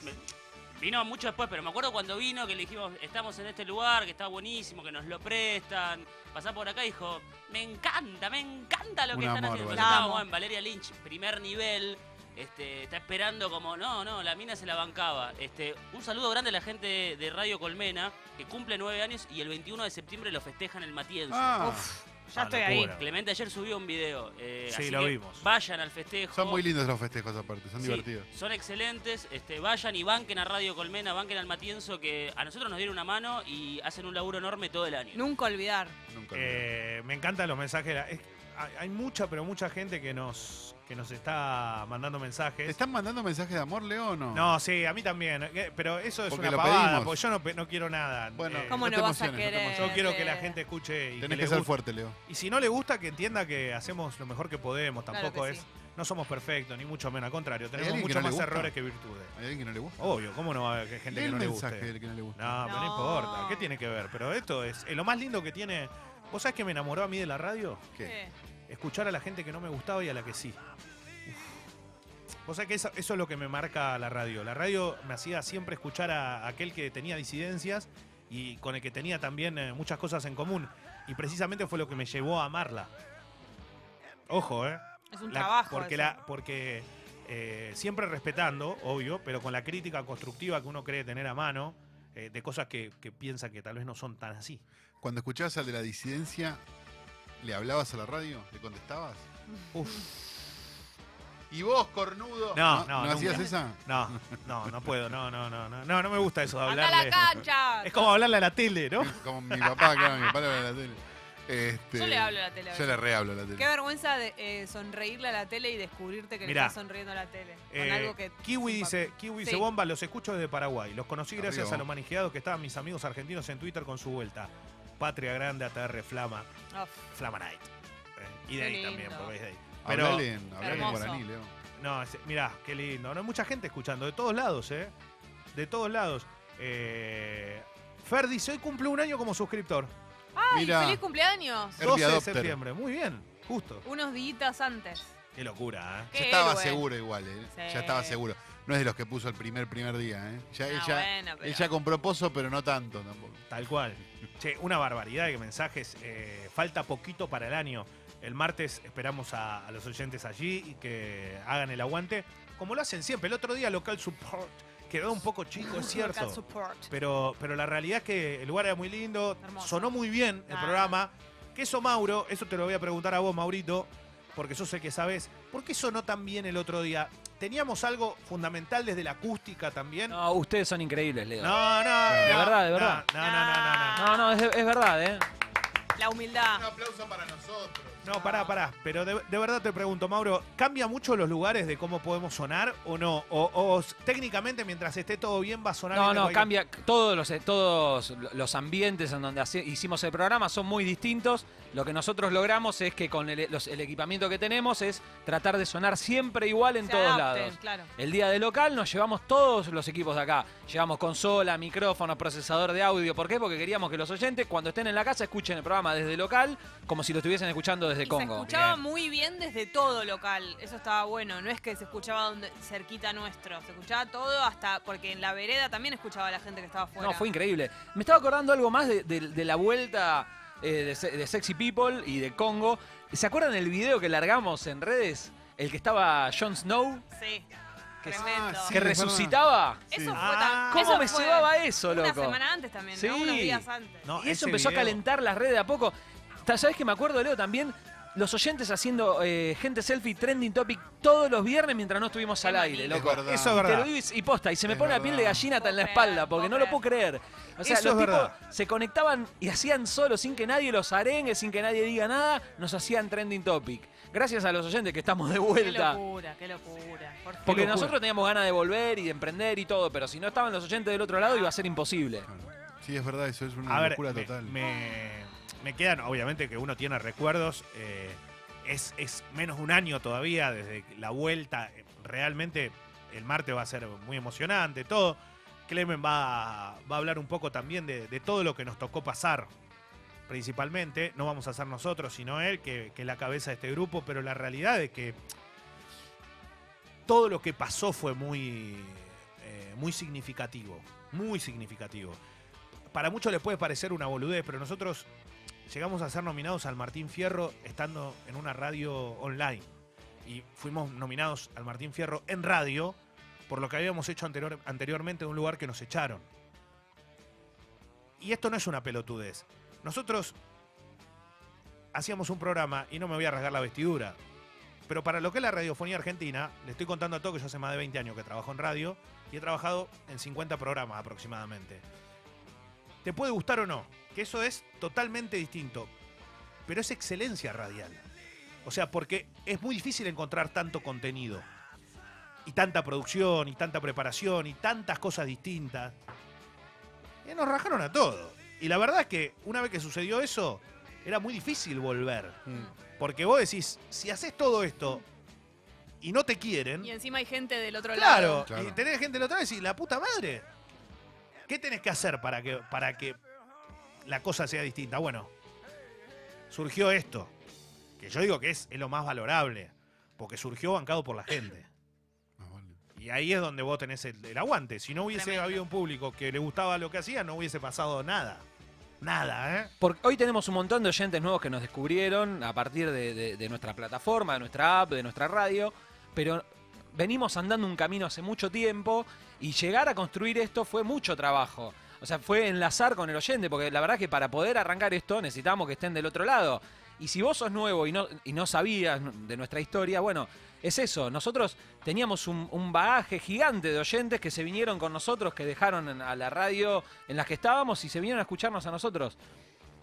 [SPEAKER 5] Vino mucho después, pero me acuerdo cuando vino que le dijimos, estamos en este lugar, que está buenísimo, que nos lo prestan. Pasá por acá, dijo, me encanta, me encanta lo que
[SPEAKER 3] Un
[SPEAKER 5] están
[SPEAKER 3] amor,
[SPEAKER 5] haciendo.
[SPEAKER 3] Valeria.
[SPEAKER 5] Entonces
[SPEAKER 2] La
[SPEAKER 5] estábamos
[SPEAKER 2] amo.
[SPEAKER 5] en Valeria Lynch, primer nivel. Este, está esperando como, no, no, la mina se la bancaba. Este, un saludo grande a la gente de Radio Colmena, que cumple nueve años y el 21 de septiembre lo festejan el Matienzo.
[SPEAKER 3] Ah,
[SPEAKER 2] Ya
[SPEAKER 1] Ah,
[SPEAKER 2] estoy
[SPEAKER 1] locura.
[SPEAKER 2] ahí.
[SPEAKER 5] Clemente ayer subió un video. eh,
[SPEAKER 1] Sí,
[SPEAKER 5] así
[SPEAKER 1] lo
[SPEAKER 5] que
[SPEAKER 1] vimos.
[SPEAKER 5] Vayan al festejo.
[SPEAKER 3] son muy lindos los festejos aparte, son
[SPEAKER 5] Sí,
[SPEAKER 3] divertidos.
[SPEAKER 5] Son excelentes, este, vayan y banquen a Radio Colmena, banquen al Matienzo, que a nosotros nos dieron una mano y hacen un laburo enorme todo el año.
[SPEAKER 2] Nunca olvidar.
[SPEAKER 3] Nunca. olvidé.
[SPEAKER 1] Eh, me encantan los mensajes. La- es- hay- hay mucha, pero mucha gente que nos, que nos está mandando
[SPEAKER 3] ¿Te
[SPEAKER 1] mensajes.
[SPEAKER 3] están mandando mensajes de amor, Leo, o no?
[SPEAKER 1] No, sí, a mí también. eh, Pero eso es
[SPEAKER 3] Porque
[SPEAKER 1] una
[SPEAKER 3] lo
[SPEAKER 1] pavada,
[SPEAKER 3] pedimos.
[SPEAKER 1] porque yo no, pe- no quiero nada.
[SPEAKER 3] Bueno,
[SPEAKER 1] Eh,
[SPEAKER 2] ¿Cómo
[SPEAKER 3] no
[SPEAKER 2] no,
[SPEAKER 3] te
[SPEAKER 2] vas a
[SPEAKER 3] emociones, no te
[SPEAKER 2] querer?
[SPEAKER 3] emociones.
[SPEAKER 1] yo quiero que la
[SPEAKER 2] eh?
[SPEAKER 1] gente escuche y que,
[SPEAKER 3] Tenés
[SPEAKER 1] le
[SPEAKER 3] que ser
[SPEAKER 1] guste.
[SPEAKER 3] fuerte, Leo.
[SPEAKER 1] Y si no le gusta, que entienda que hacemos lo mejor que podemos.
[SPEAKER 2] Claro
[SPEAKER 1] Tampoco
[SPEAKER 2] que
[SPEAKER 1] es.
[SPEAKER 2] sí.
[SPEAKER 1] No somos perfectos, ni mucho menos. Al contrario, tenemos
[SPEAKER 3] alguien que
[SPEAKER 1] muchos
[SPEAKER 3] no le
[SPEAKER 1] más
[SPEAKER 3] gusta?
[SPEAKER 1] errores que virtudes.
[SPEAKER 3] ¿Hay alguien que no le gusta?
[SPEAKER 1] Obvio, ¿cómo no va a haber gente
[SPEAKER 3] Lee
[SPEAKER 1] que
[SPEAKER 3] el
[SPEAKER 1] no le
[SPEAKER 3] mensaje
[SPEAKER 1] guste?
[SPEAKER 3] del que no le gusta.
[SPEAKER 1] No, pero no
[SPEAKER 2] No.
[SPEAKER 1] importa. ¿Qué tiene que ver? Pero esto es eh, lo más lindo que tiene. ¿Vos sabés que me enamoró a mí de la radio?
[SPEAKER 3] ¿Qué?
[SPEAKER 2] Eh,
[SPEAKER 1] Escuchar a la gente que no me gustaba y a la que sí. Vos sabés que eso, eso es lo que me marca la radio. La radio me hacía siempre escuchar a aquel que tenía disidencias y con el que tenía también eh, muchas cosas en común. Y precisamente fue lo que me llevó a amarla. Ojo, ¿eh?
[SPEAKER 2] Es un
[SPEAKER 1] La-
[SPEAKER 2] trabajo.
[SPEAKER 1] Porque,
[SPEAKER 2] eso.
[SPEAKER 1] la, porque eh, siempre respetando, obvio, pero con la crítica constructiva que uno cree tener a mano, eh, de cosas que, que piensa que tal vez no son tan así.
[SPEAKER 3] Cuando escuchabas al de la disidencia, ¿le hablabas a la radio? ¿Le contestabas?
[SPEAKER 1] Uf,
[SPEAKER 3] ¿Y vos, cornudo?
[SPEAKER 1] No, no,
[SPEAKER 3] ¿No hacías
[SPEAKER 1] nunca.
[SPEAKER 3] esa?
[SPEAKER 1] no, no, no puedo, no, no, no, no, no, no me gusta eso de
[SPEAKER 2] Anda a
[SPEAKER 1] hablarle.
[SPEAKER 2] la cancha.
[SPEAKER 1] Es como hablarle a la tele, ¿no?
[SPEAKER 3] Como mi papá, claro, mi papá le habla a la tele. Este,
[SPEAKER 2] Yo le hablo a la tele. a
[SPEAKER 3] Yo
[SPEAKER 2] veces.
[SPEAKER 3] le rehablo a la
[SPEAKER 2] Qué
[SPEAKER 3] tele.
[SPEAKER 2] vergüenza de eh, sonreírle a la tele y descubrirte que
[SPEAKER 1] Mirá.
[SPEAKER 2] le estás sonriendo a la tele. Con
[SPEAKER 1] Eh,
[SPEAKER 2] algo que.
[SPEAKER 1] Kiwi
[SPEAKER 2] sin
[SPEAKER 1] dice,
[SPEAKER 2] papel.
[SPEAKER 1] Kiwi
[SPEAKER 2] Sí.
[SPEAKER 1] dice, bomba, los escucho desde Paraguay. Los conocí
[SPEAKER 3] Arriba,
[SPEAKER 1] gracias a
[SPEAKER 3] bomba.
[SPEAKER 1] lo manijeados que estaban mis amigos argentinos en Twitter con su vuelta. Patria Grande, ATR, Flama,
[SPEAKER 2] Uf,
[SPEAKER 1] Flama Night. Eh, y de
[SPEAKER 2] Qué
[SPEAKER 1] ahí
[SPEAKER 2] lindo.
[SPEAKER 1] también, porque es de ahí. Pero,
[SPEAKER 3] Ah, Hablale eh. en, hablale en
[SPEAKER 2] Hermoso.
[SPEAKER 3] guaraní, Leo.
[SPEAKER 1] No, es- mirá, qué lindo. No hay mucha gente escuchando, de todos lados, ¿eh? De todos lados. Eh, Fer dice, hoy cumple un año como suscriptor.
[SPEAKER 2] ¡Ay,
[SPEAKER 3] Mirá.
[SPEAKER 2] feliz cumpleaños!
[SPEAKER 1] 12 de
[SPEAKER 3] Herbiadopter.
[SPEAKER 1] septiembre. Muy bien, justo.
[SPEAKER 2] Unos días antes.
[SPEAKER 1] Qué locura, ¿eh?
[SPEAKER 3] Ya
[SPEAKER 2] Qué
[SPEAKER 3] estaba
[SPEAKER 2] héroe.
[SPEAKER 3] seguro igual, ¿eh?
[SPEAKER 2] Sí.
[SPEAKER 3] Ya estaba seguro. No es de los que puso el primer primer día, ¿eh? Ya,
[SPEAKER 2] Ah,
[SPEAKER 3] ella,
[SPEAKER 2] bueno, pero-
[SPEAKER 3] ella compró pozo, pero no tanto tampoco.
[SPEAKER 1] Tal cual. Che, una barbaridad de mensajes. eh, falta poquito para el año. El martes esperamos a, a los oyentes allí y que hagan el aguante. Como lo hacen siempre. El otro día local support quedó un poco chico, es
[SPEAKER 2] Local
[SPEAKER 1] cierto.
[SPEAKER 2] support.
[SPEAKER 1] Pero, pero la realidad es que el lugar era muy lindo,
[SPEAKER 2] Hermoso.
[SPEAKER 1] sonó muy bien el
[SPEAKER 2] Ah.
[SPEAKER 1] programa. Que eso, Mauro, eso te lo voy a preguntar a vos, Maurito, porque yo sé que sabes. ¿Por qué sonó tan bien el otro día? ¿Teníamos algo fundamental desde la acústica también?
[SPEAKER 4] No, ustedes son increíbles, Leo.
[SPEAKER 1] no. no,
[SPEAKER 4] De
[SPEAKER 1] no,
[SPEAKER 4] verdad, de
[SPEAKER 1] no,
[SPEAKER 4] verdad.
[SPEAKER 1] No, no, no, no, no.
[SPEAKER 4] No, no, es, es verdad, ¿eh?
[SPEAKER 2] La humildad.
[SPEAKER 3] Un aplauso para nosotros.
[SPEAKER 1] No, pará, pará. Pero de, de verdad te pregunto, Mauro, ¿cambia mucho los lugares de cómo podemos sonar o no? O, o s- técnicamente mientras esté todo bien va a sonar.
[SPEAKER 4] No,
[SPEAKER 1] bien en
[SPEAKER 4] no,
[SPEAKER 1] cualquier-
[SPEAKER 4] cambia. Todos los, eh, todos los ambientes en donde hace- hicimos el programa son muy distintos. Lo que nosotros logramos es que con el, los- el equipamiento que tenemos es tratar de sonar siempre igual en
[SPEAKER 2] Se
[SPEAKER 4] todos
[SPEAKER 2] adapten,
[SPEAKER 4] lados.
[SPEAKER 2] Claro.
[SPEAKER 4] El día de local nos llevamos todos los equipos de acá. Llevamos consola, micrófono, procesador de audio. ¿Por qué? Porque queríamos que los oyentes, cuando estén en la casa, escuchen el programa desde local, como si lo estuviesen escuchando desde
[SPEAKER 2] Y Se
[SPEAKER 4] Congo.
[SPEAKER 2] escuchaba
[SPEAKER 1] Bien.
[SPEAKER 2] muy bien desde todo local, eso estaba bueno, no es que se escuchaba donde, cerquita nuestro, se escuchaba todo hasta, porque en la vereda también escuchaba a la gente que estaba afuera.
[SPEAKER 4] No, fue increíble. Me estaba acordando algo más de, de- de la vuelta eh, de, Se- de Sexy People y de Congo. ¿Se acuerdan el video que largamos en redes? El que estaba Jon Snow,
[SPEAKER 2] Sí,
[SPEAKER 4] que,
[SPEAKER 2] tremendo.
[SPEAKER 3] Ah, sí.
[SPEAKER 4] que
[SPEAKER 3] es verdad.
[SPEAKER 4] resucitaba.
[SPEAKER 2] Eso
[SPEAKER 3] Sí.
[SPEAKER 2] fue
[SPEAKER 1] Ah,
[SPEAKER 2] tan-
[SPEAKER 4] ¿Cómo
[SPEAKER 2] eso
[SPEAKER 4] me
[SPEAKER 2] fue
[SPEAKER 4] cebaba eso,
[SPEAKER 2] Una
[SPEAKER 4] loco?
[SPEAKER 2] semana antes también, ¿no?
[SPEAKER 4] Sí.
[SPEAKER 2] unos días antes.
[SPEAKER 1] No,
[SPEAKER 4] y eso
[SPEAKER 1] ese
[SPEAKER 4] empezó
[SPEAKER 1] video-
[SPEAKER 4] a calentar las redes de a poco. Ta- ¿Sabes que me acuerdo, Leo, también? Los oyentes haciendo eh, gente selfie, trending topic, todos los viernes mientras no estuvimos al aire,
[SPEAKER 3] Es
[SPEAKER 4] loco.
[SPEAKER 3] verdad.
[SPEAKER 1] Eso es
[SPEAKER 4] Te
[SPEAKER 1] verdad.
[SPEAKER 4] lo digo y- y posta, y se me
[SPEAKER 3] Es
[SPEAKER 4] pone la
[SPEAKER 3] verdad.
[SPEAKER 4] piel de gallina hasta en la
[SPEAKER 2] Puedo
[SPEAKER 4] espalda,
[SPEAKER 2] creer,
[SPEAKER 4] porque
[SPEAKER 2] puedo
[SPEAKER 4] no lo puedo creer. O sea,
[SPEAKER 1] Eso
[SPEAKER 4] los
[SPEAKER 1] es
[SPEAKER 4] tipos
[SPEAKER 1] verdad.
[SPEAKER 4] se conectaban y hacían solo, sin que nadie los arengue, sin que nadie diga nada, nos hacían trending topic. Gracias a los oyentes que estamos de
[SPEAKER 2] Qué
[SPEAKER 4] vuelta.
[SPEAKER 2] locura, qué locura. por favor.
[SPEAKER 4] Porque
[SPEAKER 1] locura.
[SPEAKER 4] nosotros teníamos ganas de volver y de emprender y todo, pero si no estaban los oyentes del otro lado iba a ser imposible.
[SPEAKER 3] Sí, es verdad, eso es una
[SPEAKER 1] A ver,
[SPEAKER 3] locura
[SPEAKER 1] me-
[SPEAKER 3] total.
[SPEAKER 1] Me, me quedan, obviamente que uno tiene recuerdos. eh, es, es menos de un año todavía desde la vuelta. eh, Realmente el martes va a ser muy emocionante, todo. Clemen va, va a hablar un poco también de, de todo lo que nos tocó pasar, principalmente. No vamos a ser nosotros, sino él, que, que es la cabeza de este grupo, pero la realidad es que todo lo que pasó fue muy, eh, muy significativo, muy significativo. Para muchos les puede parecer una boludez, pero nosotros llegamos a ser nominados al Martín Fierro estando en una radio online. Y fuimos nominados al Martín Fierro en radio por lo que habíamos hecho anterior- anteriormente en un lugar que nos echaron. Y esto no es una pelotudez. Nosotros hacíamos un programa y no me voy a rasgar la vestidura. Pero para lo que es la radiofonía argentina, le estoy contando a todo que yo hace más de 20 años que trabajo en radio y he trabajado en 50 programas aproximadamente. Te puede gustar o no, que eso es totalmente distinto, pero es excelencia radial. O sea, porque es muy difícil encontrar tanto contenido y tanta producción y tanta preparación y tantas cosas distintas. Y nos rajaron a todo. Y la verdad es que una vez que sucedió eso, era muy difícil volver. Porque vos decís, si haces todo esto y no te quieren,
[SPEAKER 2] Y encima hay gente del otro
[SPEAKER 1] claro,
[SPEAKER 2] lado.
[SPEAKER 3] Claro.
[SPEAKER 1] y tenés gente la otra vez y la puta madre. ¿Qué tenés que hacer para que, para que la cosa sea distinta? Bueno, surgió esto, que yo digo que es, es lo más valorable, porque surgió bancado por la gente.
[SPEAKER 3] Más vale.
[SPEAKER 1] Y ahí es donde vos tenés el, el aguante. Si no hubiese
[SPEAKER 2] Tremendo.
[SPEAKER 1] habido un público que le gustaba lo que hacía, no hubiese pasado nada. Nada, ¿eh?
[SPEAKER 4] Porque hoy tenemos un montón de oyentes nuevos que nos descubrieron a partir de, de- de nuestra plataforma, de nuestra app, de nuestra radio, pero venimos andando un camino hace mucho tiempo y llegar a construir esto fue mucho trabajo. O sea, fue enlazar con el oyente, porque la verdad que para poder arrancar esto necesitamos que estén del otro lado. Y si vos sos nuevo y no, y no sabías de nuestra historia, bueno, es eso. Nosotros teníamos un, un bagaje gigante de oyentes que se vinieron con nosotros, que dejaron en- a la radio en las que estábamos y se vinieron a escucharnos a nosotros.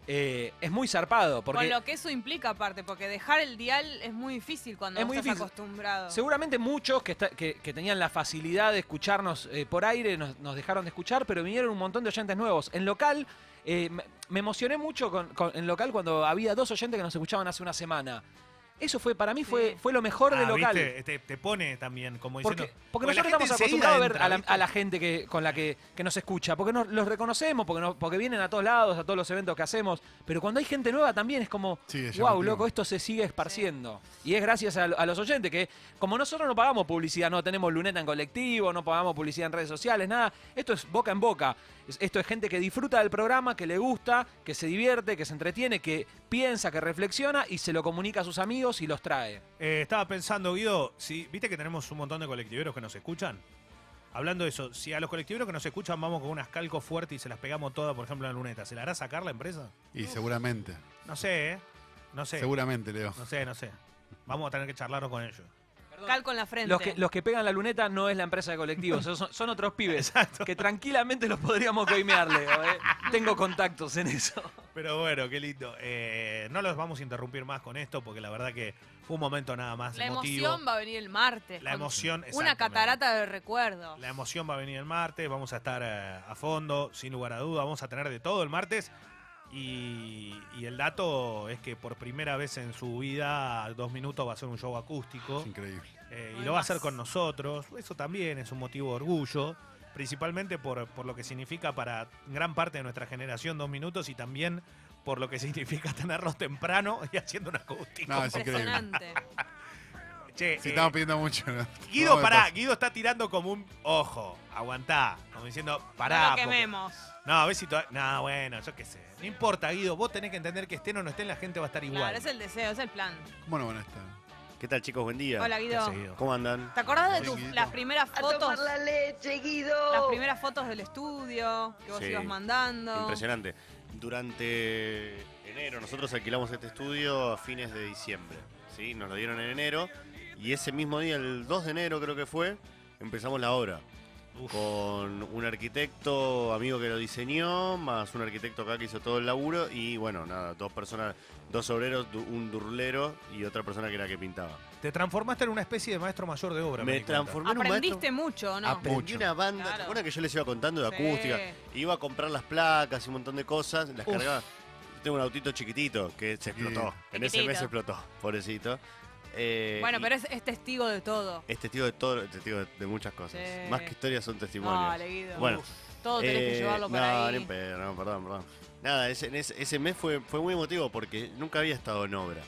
[SPEAKER 4] Eh, es muy zarpado,
[SPEAKER 2] Con
[SPEAKER 4] porque
[SPEAKER 2] lo que eso implica aparte, porque dejar el dial es muy difícil cuando
[SPEAKER 4] Es
[SPEAKER 2] no
[SPEAKER 4] muy
[SPEAKER 2] estás
[SPEAKER 4] difícil.
[SPEAKER 2] acostumbrado.
[SPEAKER 4] seguramente muchos que, está- que- que tenían la facilidad de escucharnos eh, por aire nos, nos dejaron de escuchar, pero vinieron un montón de oyentes nuevos. En local, eh, me, me emocioné mucho con- con- en local cuando había dos oyentes que nos escuchaban hace una semana. Eso fue, para mí, fue,
[SPEAKER 2] Sí.
[SPEAKER 4] fue lo mejor de
[SPEAKER 1] Ah,
[SPEAKER 4] local.
[SPEAKER 1] ¿viste? Te, te pone también, como diciendo.
[SPEAKER 4] Porque, porque
[SPEAKER 1] la
[SPEAKER 4] nosotros
[SPEAKER 1] gente
[SPEAKER 4] estamos
[SPEAKER 1] enseguida
[SPEAKER 4] acostumbrados a ver
[SPEAKER 1] entra,
[SPEAKER 4] a, la,
[SPEAKER 1] ¿viste?
[SPEAKER 4] a la gente que, con la que, que nos escucha, porque nos, los reconocemos, porque, no- porque vienen a todos lados, a todos los eventos que hacemos, pero cuando hay gente nueva también es como,
[SPEAKER 3] Sí, es
[SPEAKER 4] wow,
[SPEAKER 3] llamativo.
[SPEAKER 4] loco, esto se sigue esparciendo. Y es gracias a, a los oyentes, que como nosotros no pagamos publicidad, no tenemos luneta en colectivo, no pagamos publicidad en redes sociales, nada, esto es boca en boca. Es- Esto es gente que disfruta del programa, que le gusta, que se divierte, que se entretiene, que piensa, que reflexiona y se lo comunica a sus amigos y los trae.
[SPEAKER 1] Eh, estaba pensando, Guido, si, viste que tenemos un montón de colectiveros que nos escuchan. Hablando de eso, si a los colectiveros que nos escuchan vamos con unas calcos fuertes y se las pegamos todas, por ejemplo, en la luneta, ¿se la hará sacar la empresa?
[SPEAKER 3] Y seguramente,
[SPEAKER 1] No sé, ¿eh? No sé.
[SPEAKER 3] seguramente, Leo.
[SPEAKER 1] No sé, no sé. Vamos a tener que charlarlo con ellos.
[SPEAKER 2] Calco en la frente.
[SPEAKER 4] Los que, los que pegan la luneta no es la empresa de colectivos, son, son otros pibes que tranquilamente los podríamos coimearle. Tengo contactos en eso.
[SPEAKER 1] Pero bueno, qué lindo. Eh, no los vamos a interrumpir más con esto porque la verdad que fue un momento nada más
[SPEAKER 2] la
[SPEAKER 1] emotivo.
[SPEAKER 2] emoción va a venir el martes.
[SPEAKER 1] la
[SPEAKER 2] con
[SPEAKER 1] emoción,
[SPEAKER 2] Una
[SPEAKER 1] exactamente.
[SPEAKER 2] catarata de recuerdos.
[SPEAKER 1] La emoción va a venir el martes, vamos a estar eh, a fondo, sin lugar a duda, vamos a tener de todo el martes. Y, y el dato es que por primera vez en su vida, dos minutos va a ser un show acústico.
[SPEAKER 3] Es increíble.
[SPEAKER 1] Eh,
[SPEAKER 2] No
[SPEAKER 1] y
[SPEAKER 2] hay
[SPEAKER 1] lo va a
[SPEAKER 2] más.
[SPEAKER 1] hacer con nosotros. Eso también es un motivo de orgullo, principalmente por, por lo que significa para gran parte de nuestra generación dos minutos y también por lo que significa tenerlos temprano y haciendo un acústico.
[SPEAKER 3] No, es increíble.
[SPEAKER 2] Impresionante.
[SPEAKER 1] Che,
[SPEAKER 3] Si
[SPEAKER 1] eh,
[SPEAKER 3] estamos pidiendo mucho. ¿no?
[SPEAKER 1] Guido,
[SPEAKER 3] No,
[SPEAKER 1] pará,
[SPEAKER 3] después.
[SPEAKER 1] Guido está tirando como un ojo, aguantá, como diciendo,
[SPEAKER 2] no
[SPEAKER 1] pará.
[SPEAKER 2] lo
[SPEAKER 1] porque-
[SPEAKER 2] quememos.
[SPEAKER 1] No, a ver si todavía- No, bueno, yo qué sé. No importa, Guido, vos tenés que entender que estén o no estén, la gente va a estar igual.
[SPEAKER 2] Claro, es el deseo, es el plan.
[SPEAKER 3] ¿Cómo no van a estar?
[SPEAKER 1] Ah,
[SPEAKER 6] ¿Qué tal, chicos? Buen día.
[SPEAKER 2] Hola,
[SPEAKER 1] Qué
[SPEAKER 2] Guido.
[SPEAKER 1] seguido.
[SPEAKER 6] ¿Cómo andan?
[SPEAKER 2] ¿Te acordás de
[SPEAKER 3] Hola,
[SPEAKER 2] tus-
[SPEAKER 3] Guido.
[SPEAKER 2] las primeras
[SPEAKER 7] A tomar
[SPEAKER 2] fotos?
[SPEAKER 7] la leche, Guido.
[SPEAKER 2] Las primeras fotos del estudio que vos
[SPEAKER 6] Sí.
[SPEAKER 2] ibas mandando.
[SPEAKER 6] Impresionante. Durante enero nosotros alquilamos este estudio a fines de diciembre. ¿sí? Nos lo dieron en enero y ese mismo día, el 2 de enero creo que fue, empezamos la obra.
[SPEAKER 1] Uf.
[SPEAKER 6] Con un arquitecto amigo que lo diseñó, más un arquitecto acá que hizo todo el laburo y bueno, nada, dos personas, dos obreros, du- un durlero y otra persona que era que pintaba.
[SPEAKER 1] Te transformaste en una especie de maestro mayor de obra.
[SPEAKER 6] Me
[SPEAKER 1] di cuenta.
[SPEAKER 6] transformé en un maestro.
[SPEAKER 2] Aprendiste mucho, ¿o ¿no?
[SPEAKER 6] Aprendí
[SPEAKER 3] Mucho.
[SPEAKER 6] una banda.
[SPEAKER 2] Claro.
[SPEAKER 6] ¿Te acuerdas que yo les iba contando de
[SPEAKER 2] Sí.
[SPEAKER 6] acústica? Iba a comprar las placas y un montón de cosas, las
[SPEAKER 1] Uf.
[SPEAKER 6] cargaba. Tengo un autito chiquitito que se explotó. En ese
[SPEAKER 2] Chiquitito.
[SPEAKER 6] mes explotó, pobrecito. Eh,
[SPEAKER 2] Bueno,
[SPEAKER 6] y
[SPEAKER 2] pero es, es testigo de todo.
[SPEAKER 6] Es testigo de todo, es testigo de, de muchas cosas.
[SPEAKER 2] Sí.
[SPEAKER 6] Más que historias son testimonios.
[SPEAKER 2] Vale, Guido.
[SPEAKER 6] Bueno,
[SPEAKER 2] todo tenés que
[SPEAKER 6] Eh,
[SPEAKER 2] llevarlo
[SPEAKER 6] no,
[SPEAKER 2] para
[SPEAKER 6] ni
[SPEAKER 2] ahí.
[SPEAKER 6] en pedo, no, perdón, perdón. Nada, ese, en ese- ese mes fue, fue muy emotivo porque nunca había estado en obra.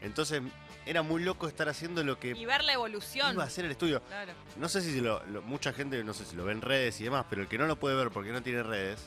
[SPEAKER 6] Entonces era muy loco estar haciendo lo que
[SPEAKER 2] Y ver la evolución.
[SPEAKER 6] iba a hacer el estudio.
[SPEAKER 2] Claro.
[SPEAKER 6] No sé si lo- lo- mucha gente, no sé si lo ve en redes y demás, pero el que no lo puede ver porque no tiene redes.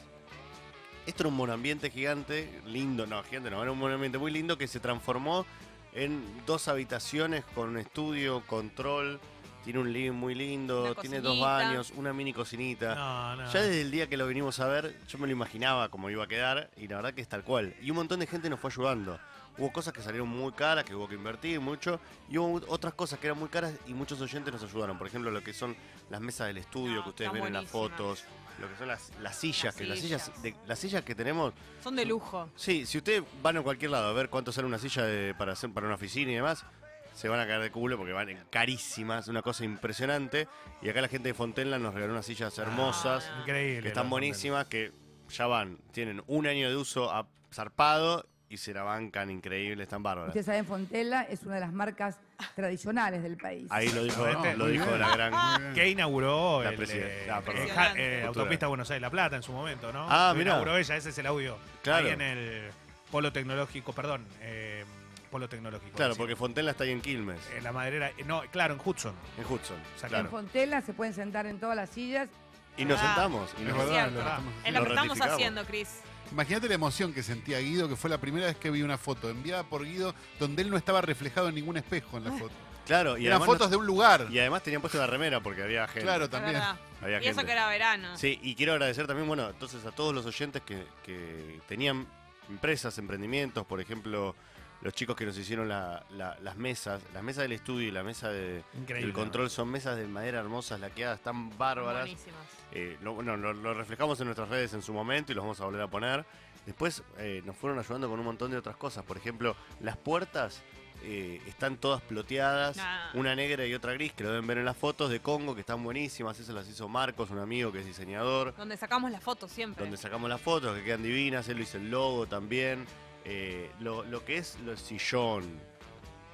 [SPEAKER 6] Esto era un monoambiente gigante, lindo, no, gigante no, era un monoambiente muy lindo que se transformó en dos habitaciones con un estudio, control, tiene un living muy lindo,
[SPEAKER 2] Una
[SPEAKER 6] tiene dos
[SPEAKER 2] cocinita.
[SPEAKER 6] baños, una mini cocinita.
[SPEAKER 1] No, no.
[SPEAKER 6] Ya desde el día que lo vinimos a ver, yo me lo imaginaba cómo iba a quedar y la verdad que es tal cual. Y un montón de gente nos fue ayudando. Hubo cosas que salieron muy caras, que hubo que invertir mucho, y hubo otras cosas que eran muy caras y muchos oyentes nos ayudaron. Por ejemplo, lo que son las mesas del estudio
[SPEAKER 2] No,
[SPEAKER 6] que ustedes
[SPEAKER 2] están
[SPEAKER 6] ven en las
[SPEAKER 2] buenísimas.
[SPEAKER 6] fotos, lo que son las, las sillas,
[SPEAKER 2] Las
[SPEAKER 6] que las sillas,
[SPEAKER 2] sillas.
[SPEAKER 6] de- las sillas que tenemos,
[SPEAKER 2] Son de lujo.
[SPEAKER 6] sí, si ustedes van a cualquier lado a ver cuánto sale una silla de- para hacer para una oficina y demás, se van a caer de culo porque van en carísimas, una cosa impresionante. Y acá la gente de Fontenla nos regaló unas sillas hermosas
[SPEAKER 2] Ah.
[SPEAKER 1] Increíble.
[SPEAKER 6] que
[SPEAKER 1] los
[SPEAKER 6] están
[SPEAKER 1] momentos.
[SPEAKER 6] buenísimas, que ya van, tienen un año de uso a- zarpado y se la bancan increíble, están bárbaras.
[SPEAKER 7] Ustedes saben, Fontella es una de las marcas tradicionales del país.
[SPEAKER 6] Ahí lo dijo, este,
[SPEAKER 1] Excelente.
[SPEAKER 6] lo
[SPEAKER 1] Muy
[SPEAKER 6] dijo la gran.
[SPEAKER 1] que inauguró
[SPEAKER 6] La
[SPEAKER 1] el,
[SPEAKER 6] presidenta.
[SPEAKER 1] eh,
[SPEAKER 6] Ah, perdón.
[SPEAKER 1] eh, ja- eh,
[SPEAKER 2] Cultura.
[SPEAKER 1] autopista Buenos Aires La Plata en su momento, ¿no?
[SPEAKER 6] Ah,
[SPEAKER 1] Lo
[SPEAKER 6] mirá.
[SPEAKER 1] Inauguró ella, ese es el audio.
[SPEAKER 6] Claro.
[SPEAKER 1] Ahí en el polo tecnológico, perdón, eh, polo tecnológico.
[SPEAKER 6] Claro,
[SPEAKER 1] sí.
[SPEAKER 6] porque Fontella está ahí en Quilmes,
[SPEAKER 1] Eh, la maderera, eh, no, claro, en Hudson.
[SPEAKER 6] en Hudson.
[SPEAKER 1] Exacto.
[SPEAKER 7] En
[SPEAKER 6] Claro.
[SPEAKER 7] Fontella se pueden sentar en todas las sillas.
[SPEAKER 6] Y nos
[SPEAKER 2] Ah.
[SPEAKER 6] sentamos. y
[SPEAKER 3] Es
[SPEAKER 6] nos-
[SPEAKER 2] verdad.
[SPEAKER 3] verdad,
[SPEAKER 2] cierto.
[SPEAKER 3] lo
[SPEAKER 1] ah.
[SPEAKER 3] que estamos
[SPEAKER 2] Es
[SPEAKER 3] haciendo.
[SPEAKER 2] lo
[SPEAKER 6] Lo
[SPEAKER 2] que estamos
[SPEAKER 6] ratificamos.
[SPEAKER 2] haciendo, Cris.
[SPEAKER 3] Imagínate la emoción que sentía Guido, que fue la primera vez que vi una foto enviada por Guido donde él no estaba reflejado en ningún espejo
[SPEAKER 1] Ah.
[SPEAKER 3] en la foto.
[SPEAKER 6] Claro, y
[SPEAKER 3] Eran
[SPEAKER 6] además,
[SPEAKER 3] fotos
[SPEAKER 6] nos-
[SPEAKER 3] de un lugar.
[SPEAKER 6] y además tenían puesto la remera porque había gente.
[SPEAKER 3] Claro,
[SPEAKER 2] Es
[SPEAKER 3] también.
[SPEAKER 2] verdad.
[SPEAKER 6] había
[SPEAKER 2] Y eso
[SPEAKER 6] gente.
[SPEAKER 2] que era verano.
[SPEAKER 6] Sí, y quiero agradecer también, bueno, entonces a todos los oyentes que, que tenían empresas, emprendimientos, por ejemplo, los chicos que nos hicieron la- la- las mesas, las mesas del estudio y la mesa de,
[SPEAKER 1] Increíble.
[SPEAKER 6] El control son mesas de madera hermosas, laqueadas, tan bárbaras.
[SPEAKER 2] Buenísimas.
[SPEAKER 6] Eh, lo, bueno, lo, lo reflejamos en nuestras redes en su momento y los vamos a volver a poner. Después eh, nos fueron ayudando con un montón de otras cosas. Por ejemplo, las puertas eh, están todas ploteadas,
[SPEAKER 2] Nah.
[SPEAKER 6] una negra y otra gris, que lo deben ver en las fotos de Congo, que están buenísimas. Esas las hizo Marcos, un amigo que es diseñador,
[SPEAKER 2] Donde sacamos las fotos siempre.
[SPEAKER 6] donde sacamos las fotos, que quedan divinas. Él lo hizo el logo también. Eh, lo, lo que es el sillón,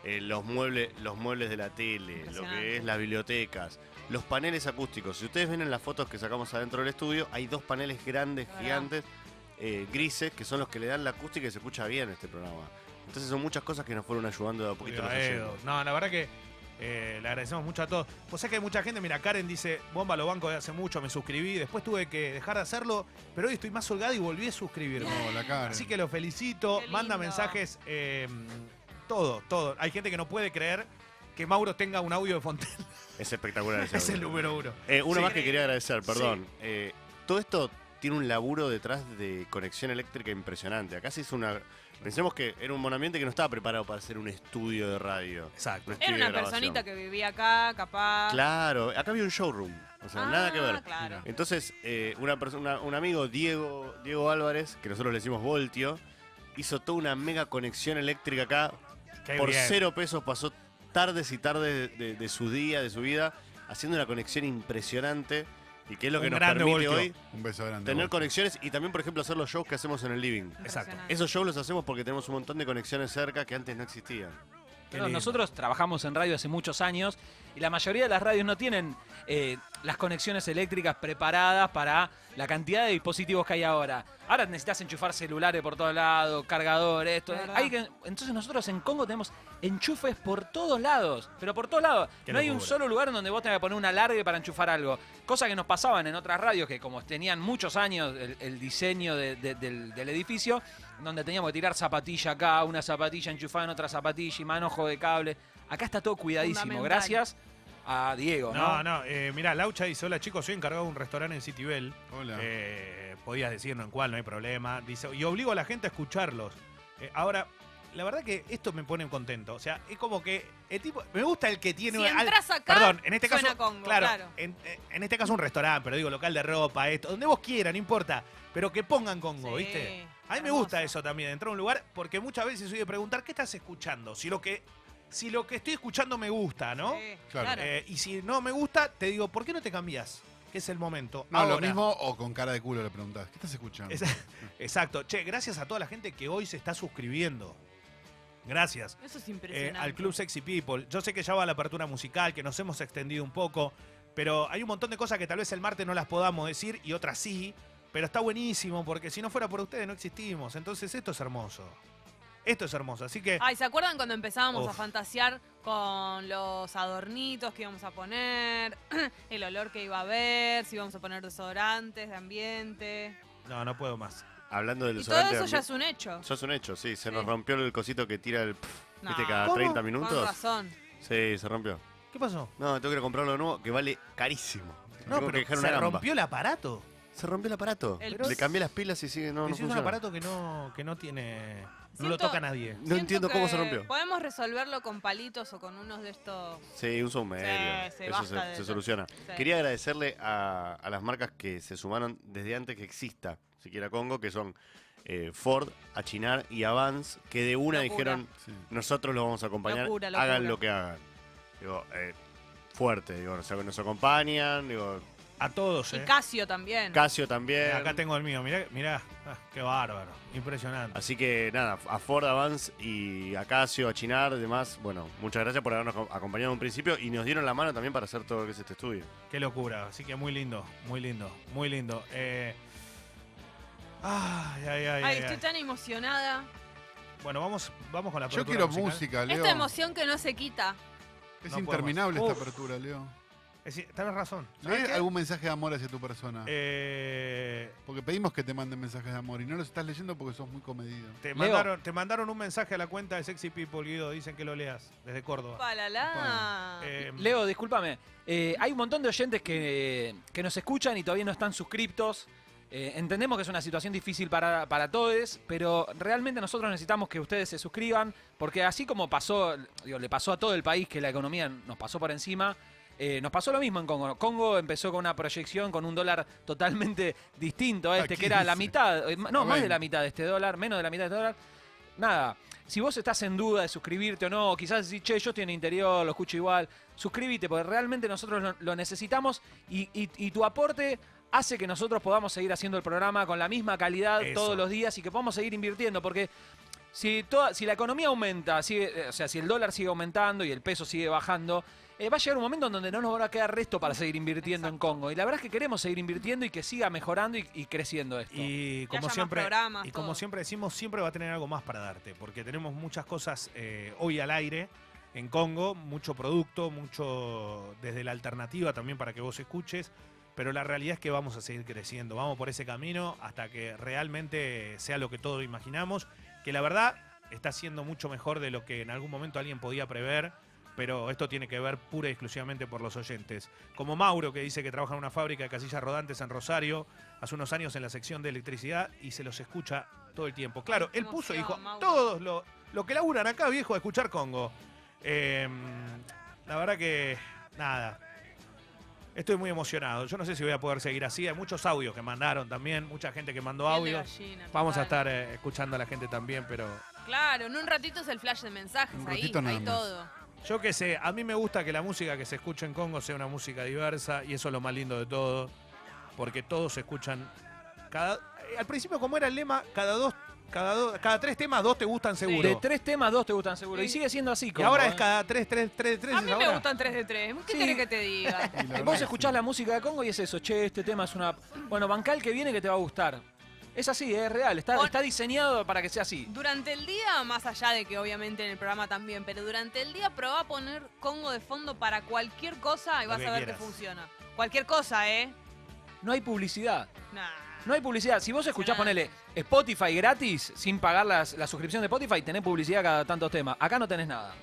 [SPEAKER 6] eh, los, muebles, los muebles de la tele, lo que
[SPEAKER 2] Impresionante.
[SPEAKER 6] es las bibliotecas, los paneles acústicos. Si ustedes ven en las fotos que sacamos adentro del estudio, hay dos paneles grandes,
[SPEAKER 2] Verdad.
[SPEAKER 6] gigantes, eh, grises, que son los que le dan la acústica y se escucha bien este programa. Entonces son muchas cosas que nos fueron ayudando de a poquito. los
[SPEAKER 1] Viva Edo.
[SPEAKER 6] oyentes.
[SPEAKER 1] No, la verdad que eh, le agradecemos mucho a todos. Pues sé que hay mucha gente, mira, Karen dice, bomba lo banco de hace mucho, me suscribí, después tuve que dejar de hacerlo, pero hoy estoy más holgado y volví a suscribirme.
[SPEAKER 3] No, la cara.
[SPEAKER 1] Así que lo felicito,
[SPEAKER 2] Qué
[SPEAKER 1] manda
[SPEAKER 2] lindo.
[SPEAKER 1] mensajes, eh, todo, todo. Hay gente que no puede creer que Mauro tenga un audio de Fontaine.
[SPEAKER 6] Es espectacular. ese
[SPEAKER 1] es el
[SPEAKER 6] audio.
[SPEAKER 1] número uno.
[SPEAKER 6] Eh, uno
[SPEAKER 1] Sí.
[SPEAKER 6] más que quería agradecer,
[SPEAKER 1] Sí.
[SPEAKER 6] perdón. Eh, todo esto tiene un laburo detrás de conexión eléctrica impresionante. Acá se hizo una. Pensemos que era un monambiente que no estaba preparado para hacer un estudio de radio.
[SPEAKER 1] Exacto.
[SPEAKER 6] Un
[SPEAKER 2] Era
[SPEAKER 6] estudio
[SPEAKER 2] una
[SPEAKER 6] de grabación.
[SPEAKER 2] personita que vivía acá,
[SPEAKER 1] Ah.
[SPEAKER 2] capaz.
[SPEAKER 6] Claro, acá había un showroom. O sea,
[SPEAKER 2] Ah,
[SPEAKER 6] nada que ver.
[SPEAKER 2] claro.
[SPEAKER 6] Entonces, eh, una persona, un amigo, Diego, Diego Álvarez, que nosotros le decimos Voltio, hizo toda una mega conexión eléctrica acá.
[SPEAKER 1] Qué
[SPEAKER 6] por
[SPEAKER 1] bien.
[SPEAKER 6] cero pesos pasó tardes y tardes de, de- de su día, de su vida, haciendo una conexión impresionante. Y que es lo
[SPEAKER 1] Un
[SPEAKER 6] que nos
[SPEAKER 1] grande
[SPEAKER 6] permite
[SPEAKER 1] Voltio.
[SPEAKER 6] hoy
[SPEAKER 3] Un beso grande.
[SPEAKER 6] tener
[SPEAKER 3] Voltio.
[SPEAKER 6] conexiones y también, por ejemplo, hacer los shows que hacemos en el living.
[SPEAKER 1] Exacto.
[SPEAKER 2] Impresionante.
[SPEAKER 6] Esos shows los hacemos porque tenemos un montón de conexiones cerca que antes no existían.
[SPEAKER 1] Qué
[SPEAKER 4] Claro,
[SPEAKER 1] lindo.
[SPEAKER 4] nosotros trabajamos en radio hace muchos años y la mayoría de las radios no tienen eh, las conexiones eléctricas preparadas para la cantidad de dispositivos que hay ahora. Ahora necesitas enchufar celulares por todos lados, cargadores, esto.
[SPEAKER 2] Es verdad.
[SPEAKER 4] Hay que- entonces nosotros en Congo tenemos enchufes por todos lados, pero por todos lados.
[SPEAKER 1] Qué
[SPEAKER 4] no hay un
[SPEAKER 1] locura.
[SPEAKER 4] solo lugar en donde vos tengas que poner un alargue para enchufar algo. Cosa que nos pasaban en otras radios que como tenían muchos años el, el diseño de- de- del, del edificio, donde teníamos que tirar zapatilla acá, una zapatilla enchufada en otra zapatilla y manojo de cable. Acá está todo cuidadísimo.
[SPEAKER 2] Fundamental.
[SPEAKER 4] Gracias a Diego,
[SPEAKER 1] No,
[SPEAKER 4] ¿no?
[SPEAKER 1] no, eh, mirá, Laucha dice, hola chicos, soy encargado de un restaurante en Citibel.
[SPEAKER 3] Hola.
[SPEAKER 1] Eh, podías decirnos en cuál, no hay problema. Dice, y obligo a la gente a escucharlos. Eh, ahora, la verdad que esto me pone contento. O sea, es como que el tipo. Me gusta el que tiene.
[SPEAKER 2] Si
[SPEAKER 1] al-
[SPEAKER 2] entras acá,
[SPEAKER 1] perdón, en este
[SPEAKER 2] suena
[SPEAKER 1] caso.
[SPEAKER 2] Congo,
[SPEAKER 1] claro,
[SPEAKER 2] claro.
[SPEAKER 1] En, eh, en este caso un restaurante, pero digo, local de ropa, esto, donde vos quieras, no importa. Pero que pongan Congo,
[SPEAKER 2] Sí,
[SPEAKER 1] ¿viste? A mí me
[SPEAKER 2] hermoso.
[SPEAKER 1] gusta eso también, entrar a un lugar, porque muchas veces soy de preguntar, ¿qué estás escuchando? Si lo que, si lo que estoy escuchando me gusta, ¿no?
[SPEAKER 2] Sí,
[SPEAKER 3] Claro.
[SPEAKER 2] claro.
[SPEAKER 1] Eh, y si no me gusta, te digo, ¿por qué no te cambias? Que es el momento.
[SPEAKER 3] No, lo
[SPEAKER 1] Ahora.
[SPEAKER 3] mismo o con cara de culo le preguntás. ¿Qué estás escuchando?
[SPEAKER 1] Esa- Exacto. Che, gracias a toda la gente que hoy se está suscribiendo. Gracias.
[SPEAKER 2] Eso es
[SPEAKER 1] eh,
[SPEAKER 2] impresionante.
[SPEAKER 1] al Club Sexy People. Yo sé que ya va la apertura musical, que nos hemos extendido un poco, pero hay un montón de cosas que tal vez el martes no las podamos decir y otras sí, pero está buenísimo porque si no fuera por ustedes no existimos. Entonces esto es hermoso. Esto es hermoso. Así que
[SPEAKER 2] Ay, ¿se acuerdan cuando empezábamos a
[SPEAKER 1] Uf.
[SPEAKER 2] fantasear con los adornitos que íbamos a poner, el olor que iba a haber, si íbamos a poner desodorantes de ambiente?
[SPEAKER 1] no, no puedo más.
[SPEAKER 6] Hablando del
[SPEAKER 2] Y todo
[SPEAKER 6] desodorante
[SPEAKER 2] eso ya
[SPEAKER 6] ambi-
[SPEAKER 2] es un hecho.
[SPEAKER 6] Eso es un hecho, sí. Se nos
[SPEAKER 2] Sí.
[SPEAKER 6] rompió el cosito que tira el... pf,
[SPEAKER 2] No,
[SPEAKER 6] ¿Viste? Cada
[SPEAKER 1] ¿Cómo?
[SPEAKER 6] 30
[SPEAKER 2] Con
[SPEAKER 6] minutos.
[SPEAKER 2] razón.
[SPEAKER 6] Sí, se rompió.
[SPEAKER 1] ¿Qué pasó?
[SPEAKER 6] No, tengo que ir a comprarlo de nuevo, que vale carísimo.
[SPEAKER 1] No,
[SPEAKER 6] Tengo que
[SPEAKER 1] pero
[SPEAKER 6] dejar una
[SPEAKER 1] se
[SPEAKER 6] gamba.
[SPEAKER 1] rompió el aparato.
[SPEAKER 6] Se rompió el aparato.
[SPEAKER 2] El-
[SPEAKER 6] Le cambié las pilas y sigue, no, no
[SPEAKER 1] es un
[SPEAKER 6] funciona.
[SPEAKER 1] aparato que no, que no tiene. No lo
[SPEAKER 2] Siento-
[SPEAKER 1] toca nadie.
[SPEAKER 6] No entiendo cómo
[SPEAKER 2] que
[SPEAKER 6] se rompió.
[SPEAKER 2] Podemos resolverlo con palitos o con unos de estos.
[SPEAKER 6] Sí, un saumerio.
[SPEAKER 2] Sí, sí,
[SPEAKER 6] Eso
[SPEAKER 2] basta
[SPEAKER 6] se,
[SPEAKER 2] de
[SPEAKER 6] se
[SPEAKER 2] eso.
[SPEAKER 6] soluciona.
[SPEAKER 2] Sí.
[SPEAKER 6] Quería agradecerle a, a las marcas que se sumaron desde antes que exista siquiera Congo, que son eh, Ford, Achinar y Avance, que de
[SPEAKER 2] Locura.
[SPEAKER 6] una dijeron,
[SPEAKER 3] Sí.
[SPEAKER 6] nosotros los vamos a acompañar,
[SPEAKER 2] Locura, locura.
[SPEAKER 6] hagan lo que hagan. Digo, eh, fuerte, digo, o sea, que nos acompañan, digo,
[SPEAKER 1] A todos,
[SPEAKER 2] Y
[SPEAKER 1] ¿eh?
[SPEAKER 2] Casio también.
[SPEAKER 6] Casio
[SPEAKER 3] Eh,
[SPEAKER 6] también.
[SPEAKER 1] Acá tengo el mío. Mirá, mirá. Ah, qué bárbaro. Impresionante.
[SPEAKER 6] Así que nada, a Ford, Avance y a Casio, a Chinar y demás, bueno, muchas gracias por habernos acom- acompañado en un principio y nos dieron la mano también para hacer todo lo que es este estudio.
[SPEAKER 1] Qué locura. Así que muy lindo, muy lindo, muy lindo. Eh, Ay, ay, ay,
[SPEAKER 2] Ay,
[SPEAKER 1] ay,
[SPEAKER 2] estoy
[SPEAKER 1] ay.
[SPEAKER 2] tan emocionada.
[SPEAKER 1] Bueno, vamos, vamos con la
[SPEAKER 3] Yo
[SPEAKER 1] apertura
[SPEAKER 3] quiero
[SPEAKER 1] musical.
[SPEAKER 3] música, Leo.
[SPEAKER 2] Esta emoción que no se quita.
[SPEAKER 3] Es
[SPEAKER 1] No
[SPEAKER 3] interminable
[SPEAKER 1] podemos.
[SPEAKER 3] esta apertura, Leo.
[SPEAKER 1] Es decir, Eh, tenés razón. ¿Sabés
[SPEAKER 3] Lee
[SPEAKER 1] qué?
[SPEAKER 3] algún mensaje de amor hacia tu persona.
[SPEAKER 1] Eh,
[SPEAKER 3] Porque pedimos que te manden mensajes de amor y no los estás leyendo porque sos muy comedido.
[SPEAKER 1] te,
[SPEAKER 4] Leo.
[SPEAKER 1] mandaron, te mandaron un mensaje a la cuenta de Sexy People, Guido. Dicen que lo leas desde Córdoba.
[SPEAKER 2] Palala.
[SPEAKER 1] Eh,
[SPEAKER 3] Em,
[SPEAKER 4] Leo, discúlpame. eh, hay un montón de oyentes que, que nos escuchan y todavía no están suscriptos. Eh, entendemos que es una situación difícil para, para todos, pero realmente nosotros necesitamos que ustedes se suscriban, porque así como pasó, digo, le pasó a todo el país que la economía nos pasó por encima, eh, nos pasó lo mismo en Congo. Congo empezó con una proyección con un dólar totalmente distinto a este,
[SPEAKER 3] Aquí
[SPEAKER 4] que era la
[SPEAKER 3] dice.
[SPEAKER 4] mitad, eh, ma- no,
[SPEAKER 3] A
[SPEAKER 4] más de
[SPEAKER 3] veinte.
[SPEAKER 4] la mitad de este dólar, menos de la mitad de este dólar. Nada, si vos estás en duda de suscribirte o no, o quizás decís, che, yo estoy en el interior, lo escucho igual, suscríbete, porque realmente nosotros lo, lo necesitamos y, y- y tu aporte hace que nosotros podamos seguir haciendo el programa con la misma calidad
[SPEAKER 1] Eso.
[SPEAKER 4] todos los días y que podamos seguir invirtiendo, porque si, toda, si la economía aumenta, sigue- eh, o sea, si el dólar sigue aumentando y el peso sigue bajando, eh, va a llegar un momento en donde no nos va a quedar resto para seguir invirtiendo en Congo. Y la verdad es que queremos seguir invirtiendo y que siga mejorando y, y creciendo esto.
[SPEAKER 1] Y como
[SPEAKER 2] haya más
[SPEAKER 1] siempre,
[SPEAKER 2] programas,
[SPEAKER 1] y como
[SPEAKER 2] todo.
[SPEAKER 1] siempre decimos, siempre va a tener algo más para darte, porque tenemos muchas cosas eh, hoy al aire en Congo, mucho producto, mucho desde la alternativa también para que vos escuches, pero la realidad es que vamos a seguir creciendo, vamos por ese camino hasta que realmente sea lo que todos imaginamos, que la verdad está siendo mucho mejor de lo que en algún momento alguien podía prever. Pero esto tiene que ver pura y exclusivamente por los oyentes. Como Mauro, que dice que trabaja en una fábrica de casillas rodantes en Rosario, hace unos años en la sección de electricidad y se los escucha todo el tiempo. Claro,
[SPEAKER 2] Qué
[SPEAKER 1] él puso y
[SPEAKER 2] emoción,
[SPEAKER 1] dijo,
[SPEAKER 2] Mauro.
[SPEAKER 1] todos los lo que laburan acá, viejo, a escuchar Congo. Eh, la verdad que, nada, estoy muy emocionado. Yo no sé si voy a poder seguir así. Hay muchos audios que mandaron también, mucha gente que mandó
[SPEAKER 2] Piel de
[SPEAKER 1] audios.
[SPEAKER 2] gallina,
[SPEAKER 1] Vamos a estar
[SPEAKER 2] total.
[SPEAKER 1] eh, escuchando a la gente también, pero
[SPEAKER 2] Claro, en un ratito es el flash de mensajes.
[SPEAKER 3] Un
[SPEAKER 2] ahí,
[SPEAKER 3] ratito nada
[SPEAKER 2] ahí
[SPEAKER 3] más.
[SPEAKER 2] todo.
[SPEAKER 1] yo qué sé, a mí me gusta que la música que se escucha en Congo sea una música diversa y eso es lo más lindo de todo, porque todos escuchan cada... eh, Al principio, como era el lema, cada dos, cada dos, cada tres temas, dos te gustan seguro.
[SPEAKER 4] De tres temas, dos te gustan seguro. Y
[SPEAKER 2] Sí.
[SPEAKER 4] sigue siendo así.
[SPEAKER 1] y
[SPEAKER 4] Congo,
[SPEAKER 1] ahora
[SPEAKER 4] ¿eh?
[SPEAKER 1] es cada tres, tres, tres, tres.
[SPEAKER 2] A
[SPEAKER 1] es
[SPEAKER 2] mí me
[SPEAKER 1] ahora.
[SPEAKER 2] gustan 3 de 3. ¿Qué
[SPEAKER 4] Sí.
[SPEAKER 2] querés que te diga?
[SPEAKER 3] Y la verdad
[SPEAKER 4] Vos
[SPEAKER 3] que
[SPEAKER 4] escuchás
[SPEAKER 3] sí.
[SPEAKER 4] la música de Congo y es eso, che, este tema es una. Bueno, bancá el que viene que te va a gustar. Es así, es real, está,
[SPEAKER 2] Con-
[SPEAKER 4] está diseñado para que sea así.
[SPEAKER 2] Durante el día, más allá de que obviamente en el programa también, pero durante el día probá a poner Congo de fondo para cualquier cosa y
[SPEAKER 1] Lo
[SPEAKER 2] vas
[SPEAKER 1] que
[SPEAKER 2] a ver que
[SPEAKER 1] quieras.
[SPEAKER 2] funciona. Cualquier cosa, ¿eh?
[SPEAKER 4] No hay publicidad.
[SPEAKER 2] Nah.
[SPEAKER 4] No hay publicidad. Si vos escuchás, ponele Spotify gratis, sin pagar las- la suscripción de Spotify, tenés publicidad cada tantos temas. Acá no tenés nada.